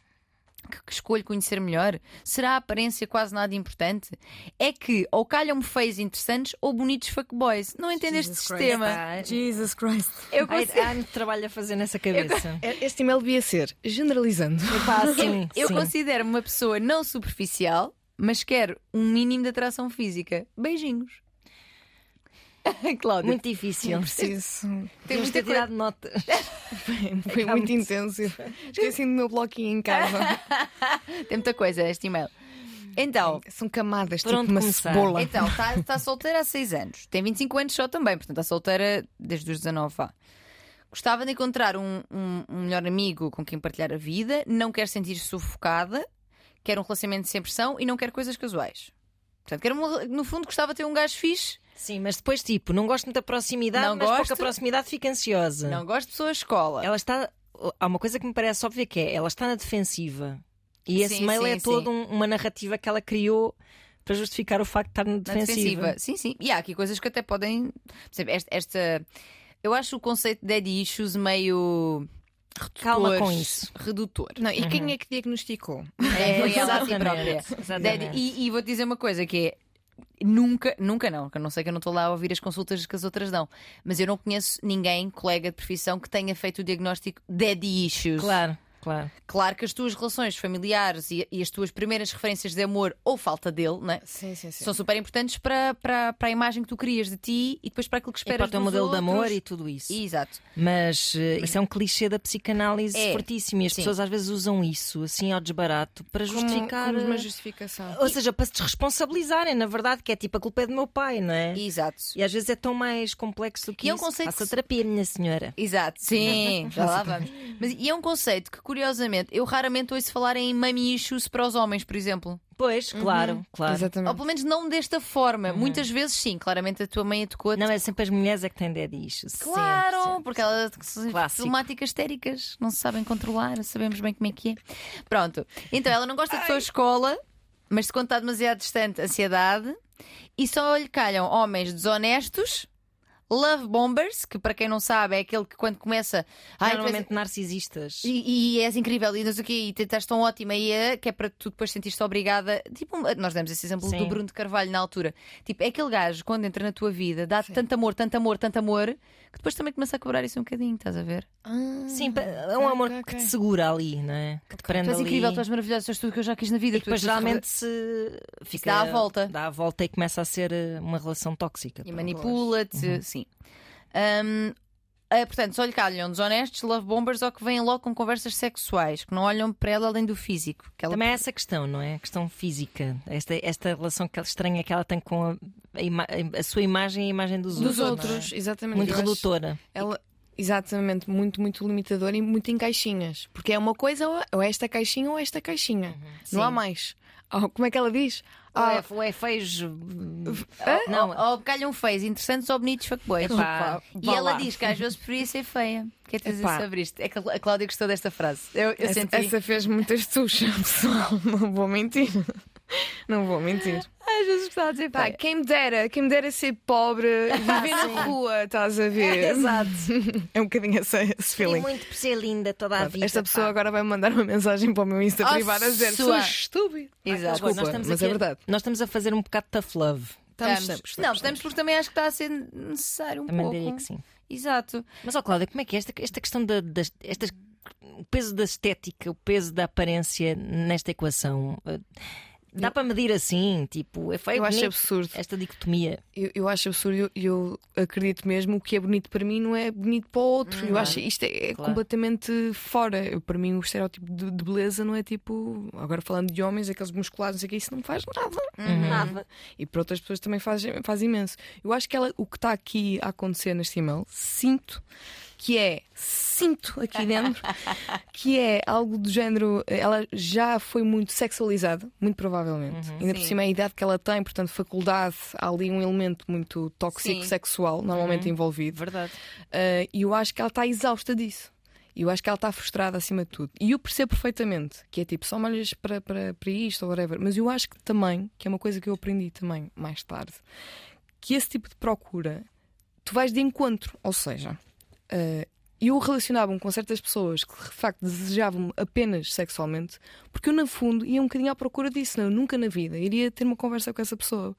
Speaker 3: que, que escolho conhecer melhor? Será a aparência quase nada importante? É que ou calham-me feios interessantes ou bonitos fuckboys. Não entendo este
Speaker 2: Jesus
Speaker 3: sistema.
Speaker 1: Ai,
Speaker 2: Jesus Christ.
Speaker 3: Eu
Speaker 1: ai,
Speaker 3: consigo.
Speaker 1: há muito trabalho a fazer nessa cabeça.
Speaker 2: É, Este e-mail devia ser generalizando.
Speaker 1: Epá, É sim,
Speaker 3: Eu
Speaker 1: sim.
Speaker 3: considero-me uma pessoa não superficial, mas quero um mínimo de atração física. Beijinhos. Cláudia,
Speaker 1: Muito difícil.
Speaker 2: Preciso.
Speaker 1: Temos de ter
Speaker 3: cuidado.
Speaker 1: tirado notas.
Speaker 2: Foi muito intenso. Esqueci do meu bloquinho em casa.
Speaker 3: Tem muita coisa este e-mail. Então,
Speaker 2: São camadas,
Speaker 1: Por
Speaker 2: tipo
Speaker 1: onde
Speaker 2: uma
Speaker 1: começar? É
Speaker 2: cebola.
Speaker 3: Então, está solteira há 6 anos. Tem 25 anos só também, portanto, está solteira desde os 19 vá. Gostava de encontrar um, um- um melhor amigo com quem partilhar a vida, não quer sentir-se sufocada, quer um relacionamento sem pressão e não quer coisas casuais. Portanto, quero, um- no fundo, gostava de ter um gajo fixe,
Speaker 1: Sim, mas depois, tipo, não gosto muito da proximidade,
Speaker 3: Não
Speaker 1: mas
Speaker 3: gosto.
Speaker 1: pouca proximidade fica ansiosa.
Speaker 3: não gosto de pessoa escola.
Speaker 1: É. Ela está. Há uma coisa que me parece óbvia que é ela está na defensiva. E esse
Speaker 3: Sim,
Speaker 1: mail
Speaker 3: sim,
Speaker 1: é
Speaker 3: sim.
Speaker 1: toda um- uma narrativa que ela criou para justificar o facto de estar na
Speaker 3: Na
Speaker 1: é defensiva.
Speaker 3: Sim, sim. E há aqui coisas que até podem. Por exemplo, esta. esta- eu acho o conceito de daddy issues meio.
Speaker 1: Calma com
Speaker 3: cores-
Speaker 1: isso.
Speaker 3: Redutor.
Speaker 2: Não, e
Speaker 1: Uhum.
Speaker 2: quem é que diagnosticou?
Speaker 3: É, foi ela a si
Speaker 1: Exatamente,
Speaker 3: própria.
Speaker 1: exatamente.
Speaker 3: Daddy- e e vou-te dizer uma coisa que é. Nunca, nunca não, que eu não sei que eu não estou lá a ouvir as consultas que as outras dão, mas eu não conheço ninguém, colega de profissão, que tenha feito o diagnóstico daddy issues.
Speaker 1: Claro, claro.
Speaker 3: Claro que as tuas relações familiares e, e as tuas primeiras referências de amor ou falta dele, né?
Speaker 2: Sim, sim, sim.
Speaker 3: São super importantes para, para, para a imagem que tu crias de ti e depois para aquilo que
Speaker 1: E
Speaker 3: esperas
Speaker 1: É para o teu
Speaker 3: dos
Speaker 1: modelo de amor
Speaker 3: outros.
Speaker 1: e tudo isso.
Speaker 3: Exato.
Speaker 1: Mas, eh, isso é um clichê da psicanálise
Speaker 3: É,
Speaker 1: fortíssimo. E as
Speaker 3: sim.
Speaker 1: pessoas às vezes usam isso, assim ao desbarato, para
Speaker 2: Como-
Speaker 1: justificar.
Speaker 2: como uma
Speaker 1: eh,
Speaker 2: justificação.
Speaker 1: Ou seja, para se desresponsabilizarem, na verdade, que é tipo a culpa é do meu pai, não é?
Speaker 3: Exato.
Speaker 1: E às vezes é tão mais complexo do que
Speaker 3: E é um
Speaker 1: isso.
Speaker 3: conceito
Speaker 1: Faça
Speaker 3: que se-
Speaker 1: terapia, minha senhora.
Speaker 3: Exato, sim, já lá vamos. Mas e é um conceito que, curiosamente, eu raramente ouço falar em mummy issues para os homens, por exemplo.
Speaker 1: Pois,
Speaker 3: Uhum.
Speaker 1: claro, claro.
Speaker 3: Ou
Speaker 2: Exatamente.
Speaker 3: pelo menos não desta forma. Muitas vezes, sim, claramente a tua mãe educou-te.
Speaker 1: Uhum. Não, é sempre as mulheres é que têm daddy issues.
Speaker 3: Claro,
Speaker 1: Sempre, sempre.
Speaker 3: porque elas
Speaker 1: Clássico.
Speaker 3: problemáticas histéricas não se sabem controlar, sabemos bem como é que é. Pronto, então ela não gosta de sua escola, mas se quando está demasiado distante, ansiedade, e só lhe calham homens desonestos. Love bombers, que para quem não sabe é aquele que quando começa. "Ai, tu és-
Speaker 1: Normalmente narcisistas.
Speaker 3: é- E, e és incrível, e não sei o quê, e te- estás tão ótima, e é, que é para tu depois sentir-te obrigada. Tipo, nós demos esse exemplo
Speaker 1: Sim.
Speaker 3: do Bruno de Carvalho na altura. Tipo, é aquele gajo, quando entra na tua vida, dá-te tanto amor, tanto amor, tanto amor, que depois também começa a cobrar isso um bocadinho, estás a ver?
Speaker 2: Ah.
Speaker 1: Sim, pa- é um
Speaker 2: ok,
Speaker 1: amor
Speaker 2: ok.
Speaker 1: que te segura ali, não é? Que te prende
Speaker 3: Ah, tu és
Speaker 1: ali.
Speaker 3: incrível, tu és maravilhosa, tu és tudo que eu já quis na vida.
Speaker 1: E
Speaker 3: tu
Speaker 1: depois
Speaker 3: és-
Speaker 1: geralmente se fica,
Speaker 3: dá a volta.
Speaker 1: Dá a volta e começa a ser eh, uma relação tóxica.
Speaker 3: E
Speaker 1: pá.
Speaker 3: manipula-te,
Speaker 1: Uhum.
Speaker 3: sim. Hum, ah, portanto, só lhe calham desonestos, love bombers ou que vêm logo com conversas sexuais, que não olham para ela além do físico. Que ela
Speaker 1: Também é essa questão, não é? A questão física. Esta, esta relação que ela- estranha que ela tem com a, a ima- a sua imagem e a imagem dos,
Speaker 2: Dos
Speaker 1: outros. não é?
Speaker 2: outros, exatamente.
Speaker 1: Muito
Speaker 2: Eu acho
Speaker 1: redutora.
Speaker 2: Ela, exatamente, muito, muito limitadora e muito em caixinhas. Porque é uma coisa, ou- ou esta caixinha ou esta caixinha. Não há mais. Ou como Uhum. é que ela diz?
Speaker 1: Ou
Speaker 2: Ah,
Speaker 1: é, ou é feios.
Speaker 3: Não,
Speaker 1: Não,
Speaker 3: ou calham feios, interessantes ou bonitos fuckboys.
Speaker 1: Epá,
Speaker 3: e
Speaker 1: vá
Speaker 3: ela
Speaker 1: lá.
Speaker 3: diz que às vezes preferia ser feia. O que é que tens a
Speaker 2: Epá.
Speaker 3: dizer sobre isto? É que a Cláudia gostou desta frase. Eu, eu
Speaker 2: essa,
Speaker 3: senti.
Speaker 2: essa fez muitas tuchas, pessoal. Não vou mentir. Não vou mentir.
Speaker 3: Às vezes gostava de dizer
Speaker 2: Pá,
Speaker 3: feia.
Speaker 2: quem me dera, quem me dera ser pobre, viver na rua, estás a ver?
Speaker 3: Exato.
Speaker 2: É um bocadinho esse, esse feeling.
Speaker 1: muito por ser linda toda a vida.
Speaker 2: Esta pessoa
Speaker 1: pá.
Speaker 2: agora vai mandar uma mensagem para o meu Insta
Speaker 3: Oh,
Speaker 2: privado a dizer:
Speaker 3: sua.
Speaker 2: sou estúpido.
Speaker 3: Exato.
Speaker 1: Agora,
Speaker 2: Desculpa,
Speaker 1: estamos
Speaker 2: mas
Speaker 1: aqui
Speaker 2: é
Speaker 1: a-
Speaker 2: verdade.
Speaker 1: Nós estamos a fazer um bocado tough love.
Speaker 2: Estamos,
Speaker 3: Estamos.
Speaker 2: estamos,
Speaker 3: não, estamos porque também acho que está a ser necessário um
Speaker 1: Também
Speaker 3: pouco.
Speaker 1: diria é que sim.
Speaker 3: Exato.
Speaker 1: Mas, ó Cláudia, como é que é esta, esta questão da, das- estas- o peso da estética, o peso da aparência nesta equação? eh, Dá para medir assim, tipo, é feio.
Speaker 2: Eu acho
Speaker 1: bonito?
Speaker 2: absurdo.
Speaker 1: Esta dicotomia.
Speaker 2: Eu, eu acho absurdo e eu, eu acredito mesmo o que é bonito para mim não é bonito para o outro. eu acho isto é, é
Speaker 1: Uhum. Claro.
Speaker 2: completamente fora. Eu, para mim, o estereótipo de, de beleza não é tipo, agora falando de homens, aqueles musculados, não sei o que, isso não faz nada.
Speaker 3: Uhum.
Speaker 2: Nada. E para outras pessoas também faz, faz imenso. Eu acho que ela, o que está aqui a acontecer neste e-mail, sinto. Que é, sinto aqui dentro, que é algo do género. Ela já foi muito sexualizada, muito provavelmente. Ainda por
Speaker 3: Uhum. Sim.
Speaker 2: cima, a idade que ela tem, portanto, faculdade, há ali um elemento muito tóxico
Speaker 3: Sim. Uhum.
Speaker 2: sexual, normalmente envolvido.
Speaker 1: Verdade.
Speaker 2: Ah, E eu acho que ela está exausta disso. E eu acho que ela está frustrada acima de tudo. E eu percebo perfeitamente que é tipo só malhas para, para, para isto ou whatever. Mas eu acho que também, que é uma coisa que eu aprendi também mais tarde, que esse tipo de procura tu vais de encontro. Ou seja, ah, eu relacionava-me com certas pessoas que de facto desejavam-me apenas sexualmente, porque eu, no fundo, ia um bocadinho à procura disso. Não, eu nunca na vida iria ter uma conversa com essa pessoa.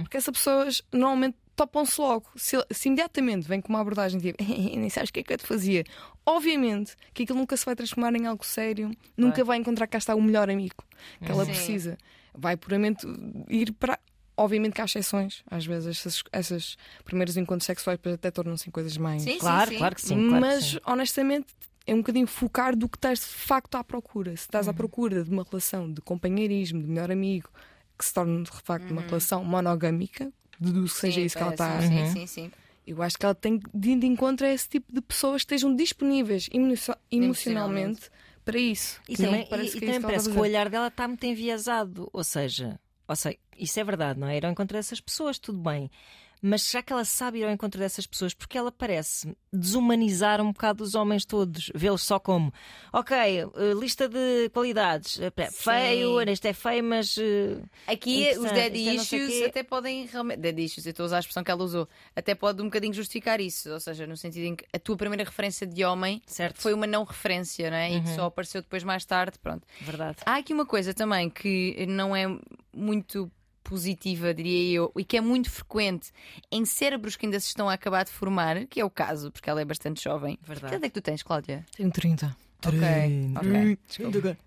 Speaker 2: Porque essas pessoas normalmente topam-se logo. Se, se imediatamente vem com uma abordagem tipo, nem sabes o que é que eu te fazia. Obviamente que aquilo nunca se vai transformar em algo sério, nunca vai encontrar cá está o melhor amigo que ela
Speaker 3: Sim.
Speaker 2: precisa. Vai puramente ir para. Obviamente que há exceções, às vezes essas, essas primeiros encontros sexuais depois até tornam-se em coisas mais.
Speaker 3: Sim,
Speaker 1: Claro,
Speaker 3: sim, sim.
Speaker 1: claro que sim. claro que
Speaker 2: Mas
Speaker 1: sim.
Speaker 2: honestamente é um bocadinho focar do que estás de facto à procura. Se estás à
Speaker 3: Uhum.
Speaker 2: procura de uma relação de companheirismo, de melhor amigo, que se torne de facto uma relação monogâmica, deduzo que seja
Speaker 3: Uhum. Sim,
Speaker 2: isso que ela está.
Speaker 3: parece-me. Sim, sim, sim.
Speaker 2: Eu acho que ela tem que ir de encontro a esse tipo de pessoas que estejam disponíveis emocio- emocionalmente para isso.
Speaker 1: E
Speaker 2: Que não
Speaker 1: também,
Speaker 2: parece
Speaker 1: e- e
Speaker 2: que é
Speaker 1: também
Speaker 2: isso que ela
Speaker 1: parece
Speaker 2: está a
Speaker 1: que o
Speaker 2: fazer.
Speaker 1: olhar dela está muito enviesado. Ou seja, ou seja, isso é verdade, não é? Ir ao encontro dessas pessoas, tudo bem. Mas será que ela sabe ir ao encontro dessas pessoas? Porque ela parece desumanizar um bocado os homens todos, vê-los só como, ok, eh, lista de qualidades, Eh, pá,
Speaker 3: Sim.
Speaker 1: feio, este é feio, mas. eh,
Speaker 3: Aqui
Speaker 1: Interessante,
Speaker 3: os dead
Speaker 1: isto é não sei
Speaker 3: issues
Speaker 1: quê.
Speaker 3: até podem realmente. Dead issues, eu estou a usar a expressão que ela usou. Até pode um bocadinho justificar isso. Ou seja, no sentido em que a tua primeira referência de homem
Speaker 1: Certo.
Speaker 3: foi uma não referência, não é? E que só apareceu depois mais tarde. Pronto.
Speaker 1: Verdade.
Speaker 3: Há aqui uma coisa também que não é muito positiva, diria eu, e que é muito frequente em cérebros que ainda se estão a acabar de formar, que é o caso, porque ela é bastante jovem.
Speaker 1: Verdade.
Speaker 3: Que idade é que tu tens, Cláudia?
Speaker 2: Tenho 30.
Speaker 3: Ok, ok.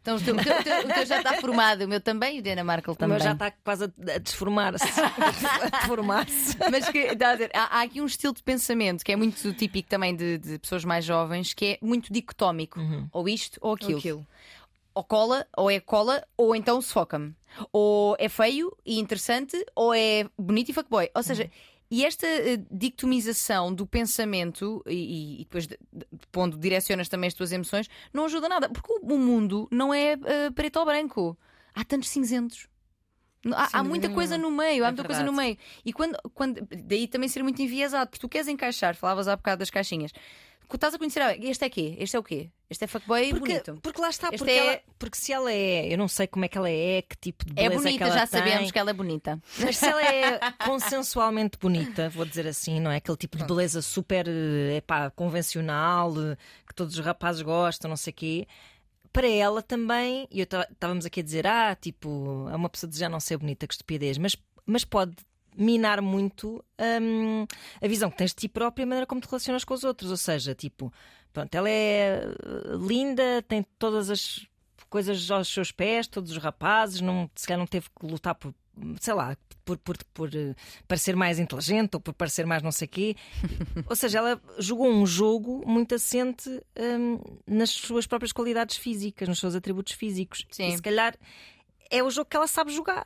Speaker 3: Então o teu, o teu- o teu- o teu já está formado, o meu também, e o de Ana Markel
Speaker 1: Também.
Speaker 3: também.
Speaker 1: já está quase a a desformar-se. a deformar-se.
Speaker 3: Mas que, tá a dizer, há, há aqui um estilo de pensamento que é muito típico também de, de pessoas mais jovens, que é muito dicotómico. Ou isto Uhum. ou aquilo.
Speaker 2: Aquilo.
Speaker 3: Ou cola, ou é cola, ou então sufoca-me. Ou é feio e interessante, ou é bonito e fuckboy. Ou seja. E esta eh, dicotomização do pensamento, e, e- e depois de, de- pondo direcionas também as tuas emoções, não ajuda nada, porque o, o mundo não é eh, preto ou branco. Há tantos cinzentos. Não, Há, há muita coisa no meio, há muita coisa no meio. E quando, quando. Daí também ser muito enviesado, porque tu queres encaixar, falavas há bocado das caixinhas. Co- Estás a conhecer, ah, este é quê? Este é o quê? Este é fuckboy
Speaker 1: Porque,
Speaker 3: bonito.
Speaker 1: porque lá está,
Speaker 3: Este
Speaker 1: porque,
Speaker 3: é-
Speaker 1: ela- porque se ela é, eu não sei como é que ela é, que tipo de
Speaker 3: É
Speaker 1: beleza que
Speaker 3: bonita,
Speaker 1: ela
Speaker 3: já
Speaker 1: tem,
Speaker 3: sabemos que ela é bonita.
Speaker 1: Mas se ela é consensualmente bonita, vou dizer assim, não é? Aquele tipo de beleza super eh, epá, convencional, eh, que todos os rapazes gostam, não sei o quê. Para ela também, e eu ta- estávamos aqui a dizer, ah, tipo, é uma pessoa de já não ser bonita, que estupidez, mas, mas pode minar muito hum, a visão que tens de ti própria e a maneira como te relacionas com os outros. Ou seja, tipo, pronto, ela é eh, linda, tem todas as coisas aos seus pés, todos os rapazes, não, se calhar não teve que lutar por, sei lá, por, por, por eh, parecer mais inteligente ou por parecer mais não sei quê. ou seja, ela jogou um jogo muito assente hum, nas suas próprias qualidades físicas, nos seus atributos físicos.
Speaker 3: Sim.
Speaker 1: E se calhar é o jogo que ela sabe jogar,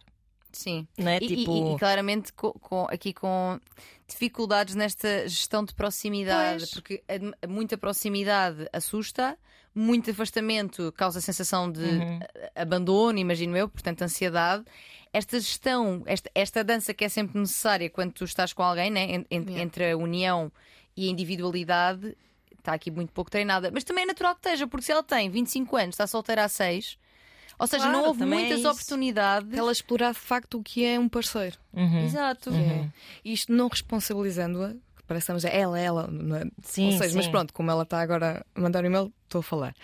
Speaker 3: Sim.
Speaker 1: não é?
Speaker 3: E, e-
Speaker 1: tipo.
Speaker 3: e claramente co- com- aqui com dificuldades nesta gestão de proximidade,
Speaker 1: Pois.
Speaker 3: porque a- a muita proximidade assusta, muito afastamento causa sensação de
Speaker 1: Uhum.
Speaker 3: a- abandono, imagino eu, portanto, ansiedade. Esta gestão, esta, esta dança que é sempre necessária quando tu estás com alguém, né? en- en- entre a união e a individualidade, está aqui muito pouco treinada. Mas também é natural que esteja, porque se ela tem 25 anos, está solteira há 6. Ou seja,
Speaker 1: Claro,
Speaker 3: não houve
Speaker 1: também é
Speaker 3: muitas
Speaker 1: isso.
Speaker 3: oportunidades.
Speaker 2: Uhum. Ela explorar de facto o que é um parceiro. É.
Speaker 1: Uhum.
Speaker 3: Exato.
Speaker 2: E isto não responsabilizando-a, que parece que estamos a ela, ela, não é?
Speaker 1: Sim,
Speaker 2: Ou seja, mas
Speaker 1: sim.
Speaker 2: pronto, como ela está agora a mandar um e-mail, estou a falar.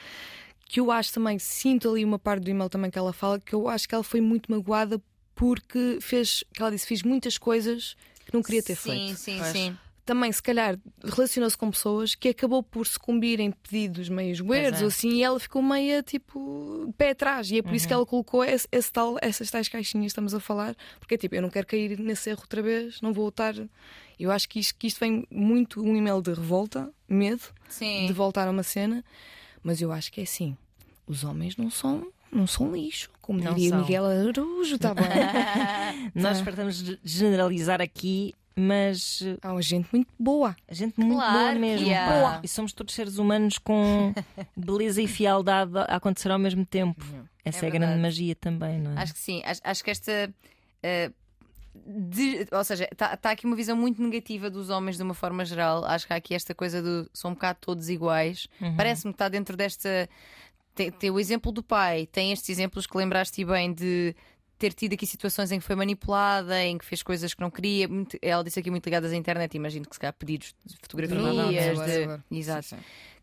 Speaker 2: Que eu acho também, sinto ali uma parte do e-mail também que ela fala, que eu acho que ela foi muito magoada porque fez, que ela disse, fiz muitas coisas que não queria ter
Speaker 3: sim,
Speaker 2: feito.
Speaker 3: Sim,
Speaker 1: Pois.
Speaker 3: sim,
Speaker 2: também, se calhar, relacionou-se com pessoas que acabou por sucumbir em pedidos meio
Speaker 3: Pois
Speaker 2: esguerdos
Speaker 3: é.
Speaker 2: ou assim, e ela ficou meia tipo de pé atrás. E é por isso que
Speaker 3: Uhum.
Speaker 2: ela colocou esse, esse tal, essas tais caixinhas que estamos a falar, porque é tipo, eu não quero cair nesse erro outra vez, não vou estar. Eu acho que isto, que isto vem muito um e-mail de revolta, medo
Speaker 3: Sim.
Speaker 2: de voltar a uma cena, mas eu acho que é assim: os homens não são. Não são lixo, como
Speaker 1: Não
Speaker 2: diria
Speaker 1: são.
Speaker 2: Miguel Araújo, tá bom?
Speaker 1: Nós tentamos de generalizar aqui, mas eh,
Speaker 2: Há uma gente muito boa.
Speaker 1: a gente muito boa
Speaker 3: Claro que é.
Speaker 1: mesmo.
Speaker 3: há. Boa.
Speaker 1: E somos todos seres humanos com beleza e fialdade a acontecer ao mesmo tempo. Essa é,
Speaker 3: É
Speaker 1: a grande
Speaker 3: verdade.
Speaker 1: magia também, não é?
Speaker 3: Acho que sim. Acho, acho que esta. eh, de- ou seja, está aqui uma visão muito negativa dos homens de uma forma geral. Acho que há aqui esta coisa do são um bocado todos iguais.
Speaker 2: Uhum.
Speaker 3: Parece-me que está dentro desta. Tem, tem o exemplo do pai, tem estes exemplos que lembraste bem de ter tido aqui situações em que foi manipulada, em que fez coisas que não queria. Muito- ela disse aqui muito ligadas à internet, imagino que se calhar pedidos de fotografias.
Speaker 2: Provavelmente, agora,
Speaker 3: de, exato.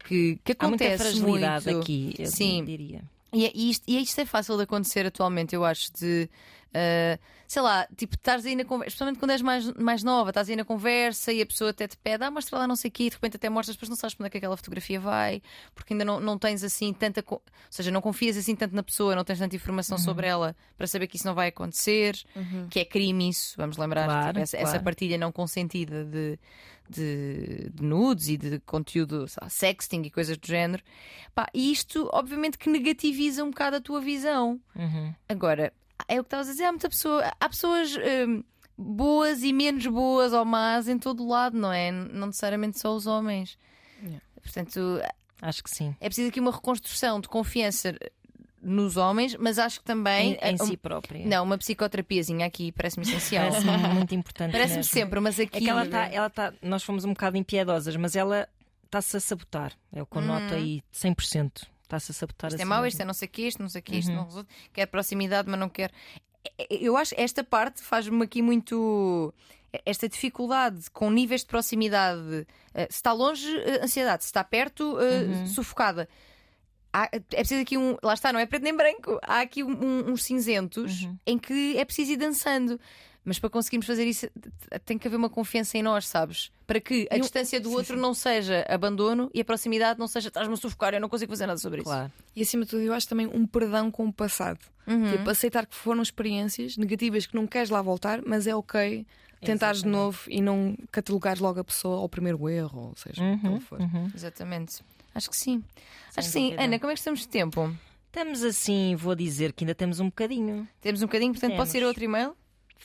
Speaker 3: Que, que
Speaker 1: Há muita
Speaker 3: acontece
Speaker 1: fragilidade
Speaker 3: muito.
Speaker 1: aqui, eu
Speaker 3: Sim.
Speaker 1: diria.
Speaker 3: E, é- e isto, e isto é fácil de acontecer atualmente, eu acho, de ah, sei lá, tipo, estás aí na conversa, especialmente quando és mais, mais nova, estás aí na conversa e a pessoa até te pede, ah, mostra lá não sei o quê, e de repente até mostras, depois não sabes para onde é que aquela fotografia vai, porque ainda não, não tens assim tanta. co- Ou seja, não confias assim tanto na pessoa, não tens tanta informação
Speaker 1: Uhum.
Speaker 3: sobre ela para saber que isso não vai acontecer, que é crime isso, vamos lembrar,
Speaker 1: Claro,
Speaker 3: tipo, essa, essa
Speaker 1: claro.
Speaker 3: partilha não consentida de, de, de nudes e de conteúdo, sei lá, sexting e coisas do género. Pá, e isto, obviamente, que negativiza um bocado a tua visão. Agora, é o que estavas a dizer, há muita pessoa, há pessoas hum, boas e menos boas ou más em todo lado, não é? Não necessariamente só os homens.
Speaker 2: Yeah.
Speaker 3: Portanto,
Speaker 1: Acho que sim.
Speaker 3: é preciso aqui uma reconstrução de confiança nos homens, mas acho
Speaker 1: Em,
Speaker 3: que também.
Speaker 1: em
Speaker 3: um-
Speaker 1: si própria.
Speaker 3: Não, uma psicoterapiazinha aqui parece-me essencial.
Speaker 1: Parece-me muito importante.
Speaker 3: Parece-me
Speaker 1: mesmo.
Speaker 3: sempre, mas aqui.
Speaker 1: É que ela está, ela tá, nós fomos um bocado impiedosas, mas ela está-se a sabotar. É o que eu noto aí, 100%. Está-se a sabotar
Speaker 3: Hum. Isto
Speaker 1: assim
Speaker 3: é mau,
Speaker 1: mesmo. Uhum.
Speaker 3: isto é não sei o quê, isto não sei o quê, isto não resulta. Quer proximidade, mas não quer. É, Eu acho esta parte faz-me aqui muito. é, Esta dificuldade com níveis de proximidade. Eh, Se está longe, eh, ansiedade. Se está perto, eh,
Speaker 1: Uhum.
Speaker 3: sufocada. Há- é preciso aqui um. Lá está, não é preto nem branco. Há aqui um- um- uns cinzentos
Speaker 1: Uhum.
Speaker 3: em que é preciso ir dançando. Mas para conseguirmos fazer isso, t- tem que haver uma confiança em nós, sabes? Para que a
Speaker 1: Eu-
Speaker 3: distância do outro não seja abandono e a proximidade não seja estás-me a sufocar, eu não consigo fazer nada sobre isso.
Speaker 1: Claro.
Speaker 2: E acima de tudo, eu acho também um perdão com o passado. Tipo, aceitar que foram experiências negativas que não queres lá voltar, mas é ok tentares de novo e não catalogares logo a pessoa ao primeiro erro, ou seja, o que ele for.
Speaker 3: Exatamente. Acho que sim. Acho que sim.
Speaker 1: dúvida.
Speaker 3: Ana, como é que estamos de tempo?
Speaker 1: Estamos assim, vou dizer que ainda temos um bocadinho.
Speaker 3: Temos um bocadinho, portanto,
Speaker 1: Temos.
Speaker 3: posso ir a outro e-mail?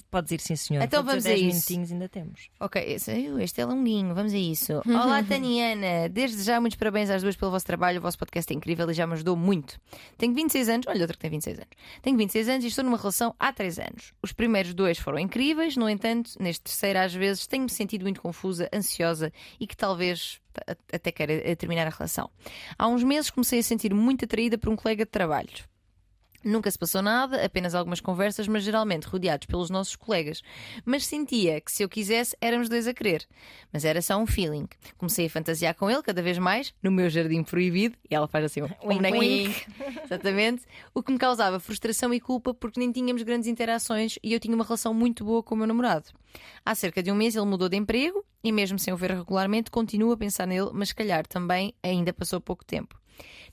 Speaker 1: Pode dizer sim, senhora.
Speaker 3: Então
Speaker 1: Pode dizer
Speaker 3: vamos a
Speaker 1: 10
Speaker 3: isso.
Speaker 1: minutinhos ainda temos.
Speaker 3: Ok, esse- uh, este é longuinho, vamos a isso. Olá, Taniana. Desde já, muitos parabéns às duas pelo vosso trabalho. O vosso podcast é incrível e já me ajudou muito. Tenho 26 anos, olha, outra que tem 26 anos. Tenho 26 anos e estou numa relação há 3 anos. Os primeiros dois foram incríveis, no entanto, neste terceiro, às vezes, tenho-me sentido muito confusa, ansiosa e que talvez a- até queira eh, terminar a relação. Há uns meses comecei a sentir muito atraída por um colega de trabalho. Nunca se passou nada, apenas algumas conversas, mas geralmente rodeados pelos nossos colegas. Mas sentia que se eu quisesse, éramos dois a querer. Mas era só um feeling. Comecei a fantasiar com ele cada vez mais, no meu jardim proibido, e ela faz assim um um
Speaker 1: Wink,
Speaker 3: bonequinho.
Speaker 1: wink.
Speaker 3: Exatamente. O que me causava frustração e culpa porque nem tínhamos grandes interações e eu tinha uma relação muito boa com o meu namorado. Há cerca de um mês ele mudou de emprego e, mesmo sem o ver regularmente, continuo a pensar nele, mas se calhar também ainda passou pouco tempo.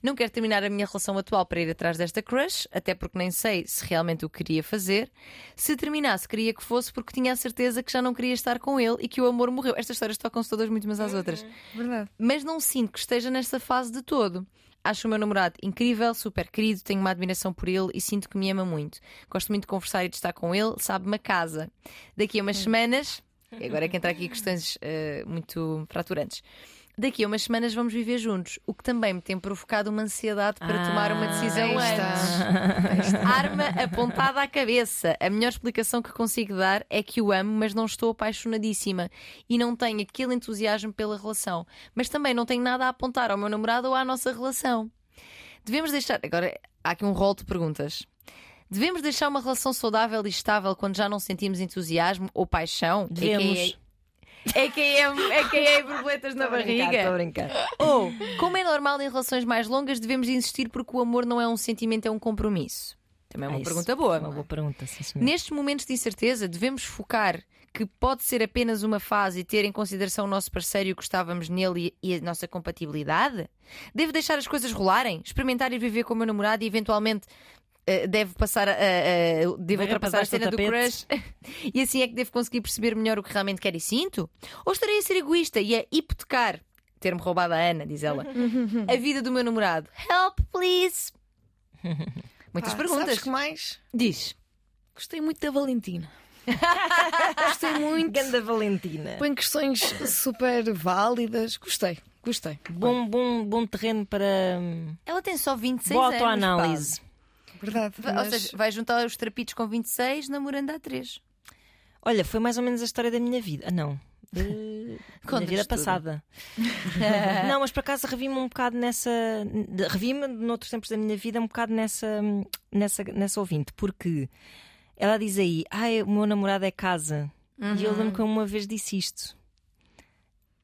Speaker 3: Não quero terminar a minha relação atual para ir atrás desta crush, até porque nem sei se realmente o queria fazer. Se terminasse, queria que fosse porque tinha a certeza que já não queria estar com ele e que o amor morreu. Estas histórias tocam-se todas muito umas às outras
Speaker 2: Verdade.
Speaker 3: mas não sinto que esteja nessa fase de todo. Acho o meu namorado incrível, super querido, tenho uma admiração por ele e sinto que me ama muito. Gosto muito de conversar e de estar com ele, sabe-me a casa. Daqui a umas semanas, e agora é que entra aqui questões eh, muito fraturantes. Daqui a umas semanas vamos viver juntos, o que também me tem provocado uma ansiedade para tomar uma
Speaker 1: Ah,
Speaker 3: decisão
Speaker 2: aí está.
Speaker 3: antes. Arma apontada à cabeça. A melhor explicação que consigo dar é que o amo, mas não estou apaixonadíssima e não tenho aquele entusiasmo pela relação. Mas também não tenho nada a apontar ao meu namorado ou à nossa relação. Devemos deixar. Agora há aqui um rol de perguntas. Devemos deixar uma relação saudável e estável quando já não sentimos entusiasmo ou paixão?
Speaker 1: Devemos.
Speaker 3: É que é borboletas na barriga.
Speaker 1: Estou a brincar.
Speaker 3: Ou, como é normal em relações mais longas, devemos insistir porque o amor não é um sentimento, é um compromisso. Também Também é uma
Speaker 1: isso.
Speaker 3: pergunta boa.
Speaker 1: É Uma
Speaker 3: não é?
Speaker 1: boa pergunta, sim, senhor.
Speaker 3: Nestes momentos de incerteza, devemos focar que pode ser apenas uma fase e ter em consideração o nosso parceiro e o que estávamos nele e e a nossa compatibilidade? Devo deixar as coisas rolarem, experimentar e viver com o meu namorado e eventualmente eh, devo passar a, a- a- devo
Speaker 1: Varrer
Speaker 3: ultrapassar
Speaker 1: para
Speaker 3: a cena do
Speaker 1: debaixo
Speaker 3: crush e assim é que devo conseguir perceber melhor o que realmente quero e sinto? Ou estarei a ser egoísta e a hipotecar, ter-me roubado a Ana, diz ela, a vida do meu namorado? Help, please! Muitas
Speaker 2: Pá,
Speaker 3: perguntas.
Speaker 2: Ah, Sabes que mais?
Speaker 3: Diz.
Speaker 2: Gostei muito da Valentina. Gostei muito.
Speaker 1: Ganda Valentina.
Speaker 2: Põe questões super válidas. Gostei, gostei.
Speaker 1: Bom, bom, bom terreno para hum,
Speaker 3: Ela tem só 26
Speaker 1: boa
Speaker 3: anos.
Speaker 1: autoanálise.
Speaker 2: Verdade.
Speaker 3: pá. Va-
Speaker 2: mas-
Speaker 3: Ou seja, vai juntar os trapitos com 26, namorando há 3.
Speaker 1: Olha, foi mais ou menos a história da minha vida. Ah, não. Eh, Da
Speaker 3: Conta-nos
Speaker 1: minha vida
Speaker 3: tudo.
Speaker 1: passada. não, mas por acaso revi-me um bocado nessa. de- Revi-me noutros tempos da minha vida um bocado nessa, nessa, nessa ouvinte, porque ela diz aí: Ai, o meu namorado é casa. E
Speaker 2: Uhum.
Speaker 1: eu lembro que eu uma vez disse isto.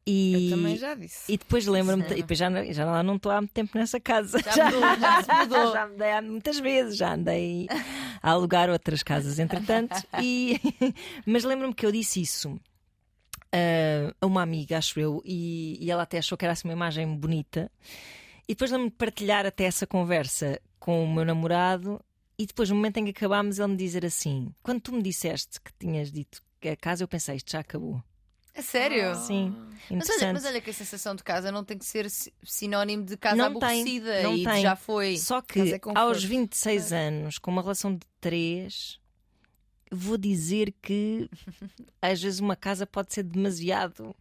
Speaker 1: E,
Speaker 2: Eu também já disse.
Speaker 1: e depois lembro-me, e depois já, não- já lá não estou há muito tempo nessa casa.
Speaker 3: Já mudou, já se mudou.
Speaker 1: Já andei há muitas vezes, já andei a alugar outras casas, entretanto. E... Mas lembro-me que eu disse isso ah, a uma amiga, acho eu, e, e ela até achou que era assim uma imagem bonita. E depois lembro-me de partilhar até essa conversa com o meu namorado. E depois, no momento em que acabámos, ele me dizer assim: Quando tu me disseste que tinhas dito que a casa, eu pensei, isto já acabou.
Speaker 3: A
Speaker 2: Ah,
Speaker 3: sério?
Speaker 1: Sim,
Speaker 3: Mas olha,
Speaker 1: interessante.
Speaker 3: mas olha que a sensação de casa não tem que ser si- sinónimo de casa
Speaker 1: Não tem,
Speaker 3: aborrecida
Speaker 1: não
Speaker 3: e de
Speaker 1: tem.
Speaker 3: já foi.
Speaker 1: Só
Speaker 2: Mas
Speaker 1: que
Speaker 2: é conforto.
Speaker 1: aos 26
Speaker 3: É.
Speaker 1: anos, com uma relação de 3, vou dizer que às vezes uma casa pode ser demasiado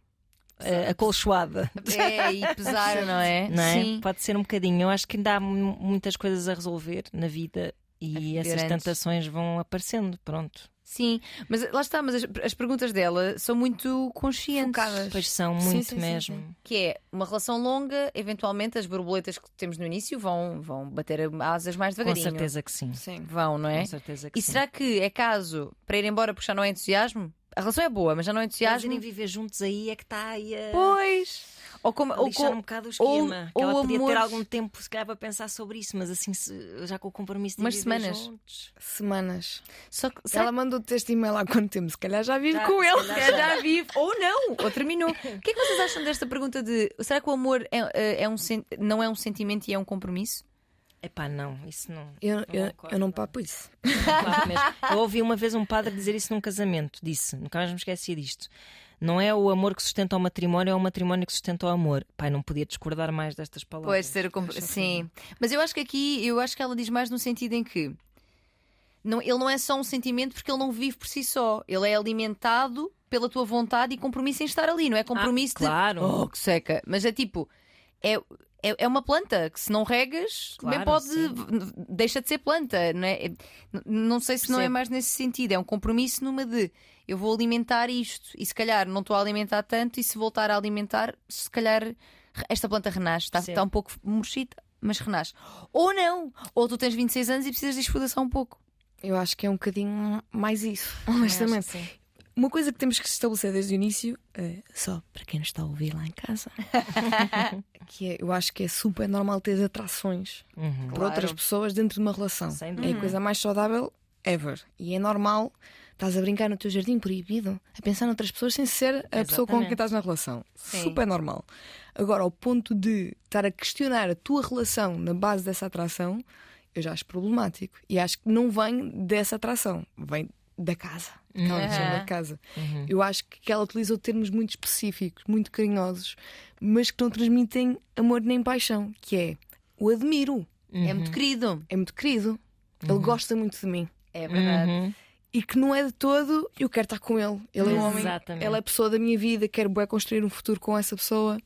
Speaker 1: eh, acolchoada.
Speaker 3: É, e pesar, não é?
Speaker 1: Não é?
Speaker 3: Sim.
Speaker 1: Pode ser um bocadinho. Eu acho que ainda há mu- muitas coisas a resolver na vida e
Speaker 3: A
Speaker 1: essas
Speaker 3: viver antes.
Speaker 1: tentações vão aparecendo. Pronto.
Speaker 3: Sim, mas lá está, mas as, as perguntas dela são muito conscientes.
Speaker 2: Focadas.
Speaker 1: Pois são
Speaker 2: Sim,
Speaker 1: muito
Speaker 2: sim, sim,
Speaker 1: mesmo.
Speaker 3: Que é uma relação longa, eventualmente as borboletas que temos no início vão, vão bater asas mais
Speaker 1: Com
Speaker 3: devagarinho.
Speaker 1: certeza que sim.
Speaker 2: Sim.
Speaker 3: Vão, não é?
Speaker 1: Com certeza que
Speaker 3: E
Speaker 1: sim.
Speaker 3: será que é caso para ir embora porque já não há entusiasmo? A relação é boa, mas já não há
Speaker 1: Mas
Speaker 3: entusiasmo.
Speaker 1: irem viver juntos aí é que está aí a.
Speaker 3: Pois! Ou como.
Speaker 1: a
Speaker 3: Ou
Speaker 1: lixar
Speaker 3: co-
Speaker 1: um bocado o
Speaker 3: ou-
Speaker 1: esquema. que
Speaker 3: ou
Speaker 1: ela podia
Speaker 3: amores-
Speaker 1: ter algum tempo, se calhar, para pensar sobre isso, mas assim, se- já com o compromisso de
Speaker 3: Umas
Speaker 1: viver
Speaker 3: semanas.
Speaker 1: juntos.
Speaker 2: Semanas.
Speaker 3: Só que.
Speaker 2: Ela mandou-te este e-mail há quanto tempo? Se calhar já vive
Speaker 1: Já,
Speaker 2: com
Speaker 1: se
Speaker 2: ele.
Speaker 1: calhar.
Speaker 3: Será que já vive? Ou não! Ou terminou. O que é que vocês acham desta pergunta de. Será que o amor é, é um sen- não é um sentimento e é um compromisso?
Speaker 1: Epá, não, isso não.
Speaker 2: Eu, eu,
Speaker 1: concordo,
Speaker 2: eu não
Speaker 1: não.
Speaker 2: papo isso.
Speaker 1: Claro mesmo. Eu ouvi uma vez um padre dizer isso num casamento. Disse, nunca mais me esqueci disto. Não é o amor que sustenta o matrimónio, é o matrimónio que sustenta o amor. Pai, não podia discordar mais destas
Speaker 3: Pois, é.
Speaker 1: palavras.
Speaker 3: ser o compro- Sim. Mas eu acho que aqui, eu acho que ela diz mais no sentido em que não, ele não é só um sentimento porque ele não vive por si só. Ele é alimentado pela tua vontade e compromisso em estar ali, não é compromisso de.
Speaker 1: claro.
Speaker 3: Oh, que seca. Mas é tipo. É, é, é uma planta que se não regas,
Speaker 1: Claro,
Speaker 3: bem pode.
Speaker 1: sim.
Speaker 3: deixa de ser planta, não é? É- n- Não sei se não é
Speaker 1: Percebo.
Speaker 3: mais nesse sentido. É um compromisso numa de. Eu vou alimentar isto e se calhar não estou a alimentar tanto, e se voltar a alimentar, se calhar re- esta planta renasce. Está,
Speaker 1: Percebo.
Speaker 3: está um pouco murchita, mas renasce. Ou não! Ou tu tens 26 anos e precisas de esfudação um pouco.
Speaker 2: Eu acho que é um bocadinho mais isso, honestamente. Uma coisa que temos que estabelecer desde o início, eh, só para quem nos está a ouvir lá em casa, que é, eu acho que é super normal ter atrações
Speaker 3: Oh.
Speaker 1: Uhum.
Speaker 2: por
Speaker 3: Claro.
Speaker 2: outras pessoas dentro de uma relação.
Speaker 1: Sem
Speaker 2: É
Speaker 1: dúvida.
Speaker 2: a coisa mais saudável ever. E é normal, estás a brincar no teu jardim proibido, a pensar noutras pessoas sem ser a pessoa com
Speaker 1: Exatamente.
Speaker 2: quem estás na relação.
Speaker 3: Sim.
Speaker 2: Super normal. Agora, ao ponto de estar a questionar a tua relação na base dessa atração, eu já acho problemático. E acho que não vem dessa atração, vem da casa. Aquela
Speaker 3: Uhum.
Speaker 2: legenda de casa. Eu acho que ela utilizou termos muito específicos, muito carinhosos, mas que não transmitem amor nem paixão, que é o admiro
Speaker 3: É muito querido.
Speaker 2: é muito querido, ele gosta muito de mim.
Speaker 3: É verdade.
Speaker 1: Uhum.
Speaker 2: E que não é de todo, eu quero estar com ele. Ele é um homem,
Speaker 1: Exatamente.
Speaker 2: ela é a pessoa da minha vida, quero bué construir um futuro com essa pessoa.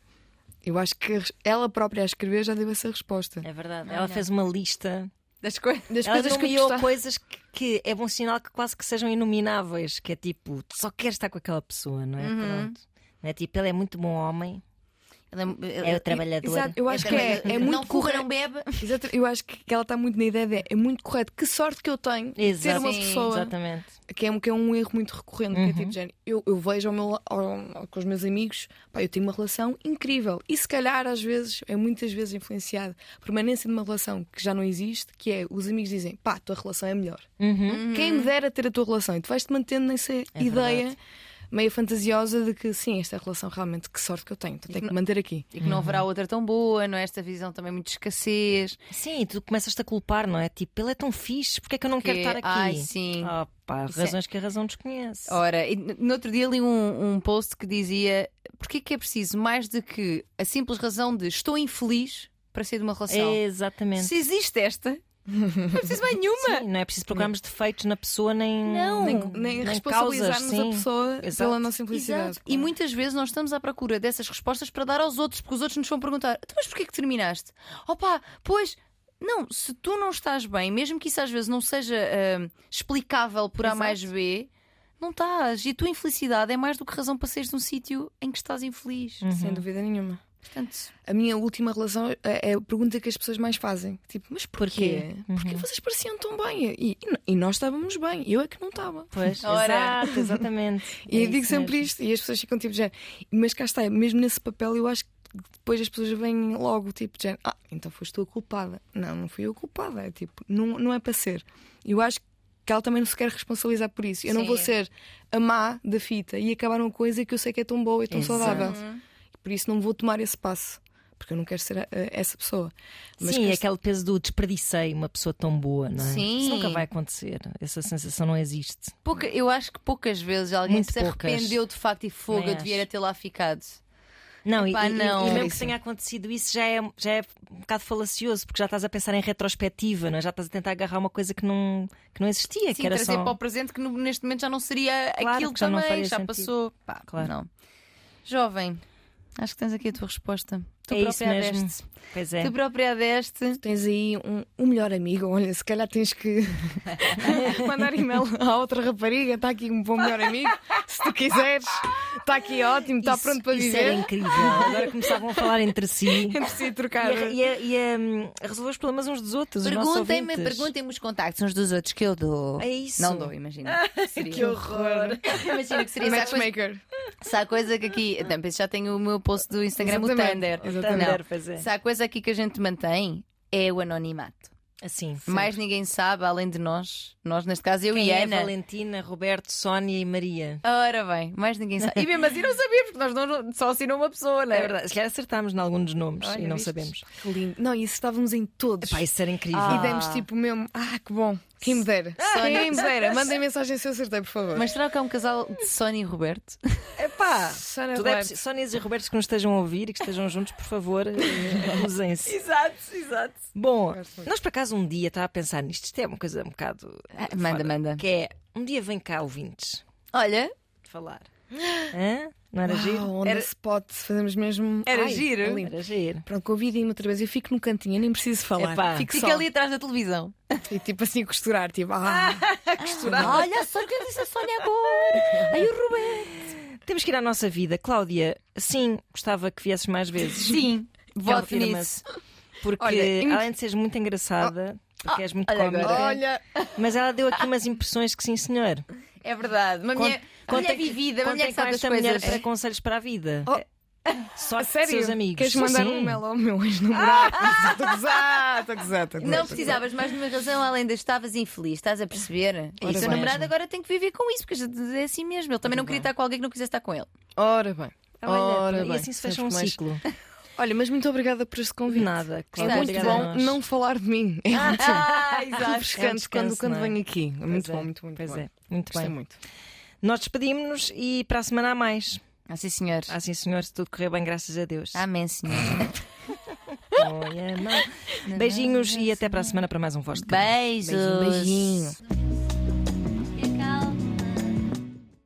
Speaker 2: Eu acho que ela própria a escrever já deu essa resposta.
Speaker 1: É verdade. Ela fez uma lista.
Speaker 3: Das coisas.
Speaker 2: Das
Speaker 1: Ela um
Speaker 2: coisas que eu
Speaker 1: nomeou
Speaker 2: gostava.
Speaker 1: coisas que, que é bom sinal que quase que sejam inomináveis,
Speaker 2: Uhum.
Speaker 1: que é tipo, tu só queres estar com aquela pessoa, não é? Pronto. Não é tipo, ele é muito bom homem.
Speaker 3: Ela ela-
Speaker 4: É o trabalhador.
Speaker 2: Exato, eu acho
Speaker 3: é
Speaker 2: que é,
Speaker 3: trabalhadora.
Speaker 2: é muito
Speaker 3: Não corre, não
Speaker 2: correto.
Speaker 3: bebe.
Speaker 2: Exato, eu acho que ela está muito na ideia de é muito correto. Que sorte que eu tenho de ser
Speaker 1: Exato.
Speaker 2: uma
Speaker 3: Sim,
Speaker 2: pessoa
Speaker 1: Exatamente.
Speaker 2: que é, um, que é um erro muito recorrente. Que é tipo, de género, eu, eu vejo ao meu, ao- ao- com os meus amigos, pá, eu tenho uma relação incrível. E se calhar, às vezes, é muitas vezes influenciado a permanência de uma relação que já não existe, que é os amigos dizem, pá, a tua relação é melhor.
Speaker 1: Uhum.
Speaker 2: Quem me dera ter a tua relação? E tu vais-te mantendo nessa ideia. Meio fantasiosa de que sim, esta é relação realmente que sorte que eu tenho, então tenho que manter aqui.
Speaker 3: E que não haverá outra tão boa, não é? Esta visão também muito de escassez.
Speaker 1: Sim, e tu começas-te a culpar, não é? Tipo, ele é tão fixe, porque é que eu não quero
Speaker 3: Que-
Speaker 1: estar aqui?
Speaker 3: Ai, sim.
Speaker 1: Oh, pá,
Speaker 3: Isso é-
Speaker 1: razões que a razão desconhece.
Speaker 2: Oh,
Speaker 3: Ora, e no no outro dia li um, um post que dizia porque é que é preciso mais do que a simples razão de estou infeliz para ser de uma relação?
Speaker 1: Exatamente.
Speaker 3: Se existe esta, não é preciso mais nenhuma.
Speaker 1: Sim, não é preciso procurarmos defeitos na pessoa nem,
Speaker 2: Nem,
Speaker 1: nem,
Speaker 2: nem
Speaker 1: nem causas,
Speaker 2: responsabilizarmos a
Speaker 1: sim.
Speaker 2: pessoa
Speaker 1: Exato.
Speaker 2: pela nossa simplicidade.
Speaker 3: Exato.
Speaker 1: é?
Speaker 3: E muitas vezes nós estamos à procura dessas respostas para dar aos outros, porque os outros nos vão perguntar: "Então, mas porquê que terminaste? Opa, pois. Não, se tu não estás bem, mesmo que isso às vezes não seja ah, explicável por A
Speaker 1: Exato.
Speaker 3: mais B, não estás. E a tua infelicidade é mais do que razão para seres de um sítio em que estás infeliz.
Speaker 1: Hum.
Speaker 2: Sem dúvida nenhuma.
Speaker 3: Portanto,
Speaker 2: A minha última relação é é a pergunta que as pessoas mais fazem. Tipo, mas porquê?
Speaker 1: Porquê? Uhum.
Speaker 2: Porque vocês pareciam tão bem. E, e- e nós estávamos bem. Eu é que não estava.
Speaker 1: Pois,
Speaker 3: Ora.
Speaker 1: exato, exatamente.
Speaker 2: E
Speaker 1: É
Speaker 2: eu digo
Speaker 1: isso
Speaker 2: sempre
Speaker 1: mesmo.
Speaker 2: isto. E as pessoas ficam tipo, de género. Mas cá está, mesmo nesse papel, eu acho que depois as pessoas vêm logo, tipo, de género, ah, então foste tu a culpada. Não, não fui eu a culpada. É tipo, não, não é para ser. Eu acho que ela também não se quer responsabilizar por isso. Eu não
Speaker 3: Sim.
Speaker 2: vou ser a má da fita e acabar uma coisa que eu sei que é tão boa e tão
Speaker 1: Exato.
Speaker 2: saudável. Por isso não vou tomar esse passo. Porque eu não quero ser eh, essa pessoa. Mas
Speaker 1: Sim,
Speaker 2: cá
Speaker 1: é aquele peso do desperdicei uma pessoa tão boa, não é?
Speaker 3: Sim.
Speaker 1: Isso nunca vai acontecer. Essa sensação não existe.
Speaker 3: pouca- eu acho que poucas vezes alguém
Speaker 1: Muito
Speaker 3: se
Speaker 1: poucas.
Speaker 3: arrependeu de facto e fogo,
Speaker 1: Nem
Speaker 3: eu devia
Speaker 1: acho.
Speaker 3: ter lá ficado.
Speaker 1: Não, e-
Speaker 3: Epá,
Speaker 1: e, e-
Speaker 3: não.
Speaker 1: e mesmo que
Speaker 2: Raríssimo.
Speaker 1: tenha acontecido isso já é, já é um bocado falacioso, porque já estás a pensar em retrospectiva, não é? já estás a tentar agarrar uma coisa que não, que não existia,
Speaker 3: Sim,
Speaker 1: É que era
Speaker 3: trazer
Speaker 1: só.
Speaker 3: para o presente que no- neste momento já não seria
Speaker 1: Claro,
Speaker 3: aquilo
Speaker 1: que já não
Speaker 3: também,
Speaker 1: faria
Speaker 3: já
Speaker 1: sentido.
Speaker 3: passou. Pá,
Speaker 1: Claro.
Speaker 3: não. Jovem, acho que tens aqui a tua resposta. Tu
Speaker 1: É isso
Speaker 3: própria a
Speaker 1: mesmo.
Speaker 3: deste.
Speaker 1: Pois é.
Speaker 3: Tu própria a deste.
Speaker 2: Tens aí um, um melhor amigo, olha, se calhar tens que mandar e-mail à outra rapariga, está aqui um bom melhor amigo, se tu quiseres, está aqui ótimo, está
Speaker 1: Isso-
Speaker 2: pronto para
Speaker 1: isso é era
Speaker 2: viver.
Speaker 1: incrível. Agora começavam a falar entre si.
Speaker 2: Entre si
Speaker 1: E
Speaker 2: trocar.
Speaker 1: a, e a- e a, hum, a resolver os problemas uns dos outros. os nossos
Speaker 3: Perguntem-me,
Speaker 1: ouvintes.
Speaker 3: perguntem-me os contactos uns dos outros que eu dou.
Speaker 1: É isso.
Speaker 3: Não dou, imagina. Seria.
Speaker 2: Que horror.
Speaker 3: Imagina é que seria essa coisa,
Speaker 2: Matchmaker.
Speaker 3: se há coisa que aqui. Não, penso, já tenho o meu post do Instagram, é o
Speaker 2: Exatamente,
Speaker 3: Thunder.
Speaker 2: exatamente.
Speaker 1: Thunder,
Speaker 3: Não.
Speaker 1: pois é.
Speaker 3: Se há coisa aqui que a gente mantém, é o anonimato.
Speaker 1: Assim.
Speaker 3: Mais ninguém sabe, além de nós. Nós, neste caso, eu
Speaker 1: Quem
Speaker 3: e
Speaker 1: é
Speaker 3: Ana.
Speaker 1: Valentina, Roberto, Sónia e Maria.
Speaker 3: Ora bem, mais ninguém sabe. E mesmo assim não sabíamos, porque nós não, só assinou uma pessoa, não
Speaker 1: É verdade, se calhar acertámos em algum dos nomes
Speaker 3: Olha,
Speaker 1: e não
Speaker 3: vistes?
Speaker 1: sabemos.
Speaker 2: Que lindo. Não, isso estávamos em todos.
Speaker 1: Epá, isso é- era incrível.
Speaker 2: E demos tipo mesmo, ah, que bom, quem me dera. Quem me dera, mandem mensagem se eu acertei, por favor.
Speaker 3: Mas será que é um casal de Sónia e Roberto?
Speaker 1: Epá,
Speaker 2: Sónia
Speaker 1: tudo é
Speaker 2: Roberto.
Speaker 1: possi- Sónias e Robertos que nos estejam a ouvir e que estejam juntos, por favor, eh, acusem-se.
Speaker 3: Exato, exato.
Speaker 1: Bom, nós por acaso um dia estava a pensar nisto, isto é uma coisa um bocado.
Speaker 3: Ah, manda,
Speaker 1: fora,
Speaker 3: manda.
Speaker 1: Que é, um dia vem cá ouvintes
Speaker 3: Olha,
Speaker 1: falar. Hã? Não era
Speaker 2: Uau,
Speaker 1: giro?
Speaker 2: on
Speaker 3: Era-
Speaker 2: the spot, fazemos mesmo.
Speaker 3: Era
Speaker 2: Ai,
Speaker 3: giro?
Speaker 2: é lindo.
Speaker 1: Era giro.
Speaker 2: Pronto, convidem-me outra vez, eu fico no cantinho, eu nem preciso falar.
Speaker 1: Epá.
Speaker 2: fico
Speaker 3: fica
Speaker 2: só.
Speaker 3: ali atrás da televisão.
Speaker 2: E tipo assim, costurar, tipo, ah,
Speaker 3: Olha só o que disse a Sónia agora. Aí o Roberto.
Speaker 1: Temos que ir à nossa vida. Cláudia, sim, gostava que viesses mais vezes.
Speaker 3: Sim, voto
Speaker 1: Confirma-se.
Speaker 3: nisso.
Speaker 1: Porque
Speaker 2: Olha, em-
Speaker 1: além de seres muito engraçada, porque és muito
Speaker 3: olha agora.
Speaker 1: cómica,
Speaker 2: olha.
Speaker 1: mas ela deu aqui umas impressões que sim, senhor. é
Speaker 3: É verdade. Uma mulher, uma
Speaker 2: é
Speaker 3: mulher vivida, uma mulher que sabe das
Speaker 1: esta mulher
Speaker 3: coisas.
Speaker 1: para conselhos para a vida.
Speaker 2: Oh.
Speaker 1: Só de
Speaker 2: Sério?
Speaker 1: seus amigos.
Speaker 2: Queres
Speaker 1: Sim,
Speaker 2: mandar
Speaker 1: sim.
Speaker 2: um mail ao meu ex-namorado? Estou a gozar, estou a gozar, estou a gozar.
Speaker 3: Não precisavas mais de uma razão além de estavas infeliz, estás a perceber? E o
Speaker 2: Ora
Speaker 3: teu
Speaker 2: bem.
Speaker 3: namorado agora tem que viver com isso, porque é assim mesmo. Ele também não queria estar com alguém que não quisesse estar com ele.
Speaker 2: Ora bem.
Speaker 1: Olha,
Speaker 2: Ora
Speaker 1: e
Speaker 2: bem,
Speaker 1: assim se fecha um
Speaker 2: sempre mais.
Speaker 1: ciclo.
Speaker 2: Olha, mas muito obrigada por este convite.
Speaker 1: Nada,
Speaker 2: É
Speaker 1: Cláudia.
Speaker 2: muito
Speaker 1: obrigada a
Speaker 2: bom
Speaker 1: nós.
Speaker 2: não falar de mim. É muito
Speaker 3: Ah,
Speaker 2: refrescante
Speaker 1: descanso,
Speaker 2: quando, quando
Speaker 1: não é?
Speaker 2: venho aqui. É muito
Speaker 1: Pois é,
Speaker 2: bom, muito, muito
Speaker 1: Pois
Speaker 2: bom.
Speaker 1: é, muito
Speaker 2: Gostei
Speaker 1: bem.
Speaker 2: muito.
Speaker 1: Nós despedimos-nos e para a semana há mais.
Speaker 3: Ah, sim, senhor.
Speaker 1: Ah, sim, senhor, se tudo correr bem, graças a Deus.
Speaker 2: Ah,
Speaker 3: Amém, senhor.
Speaker 1: Olha, não. Beijinhos e até para a semana para mais um Voz de Cama.
Speaker 3: Beijos.
Speaker 2: Beijinho.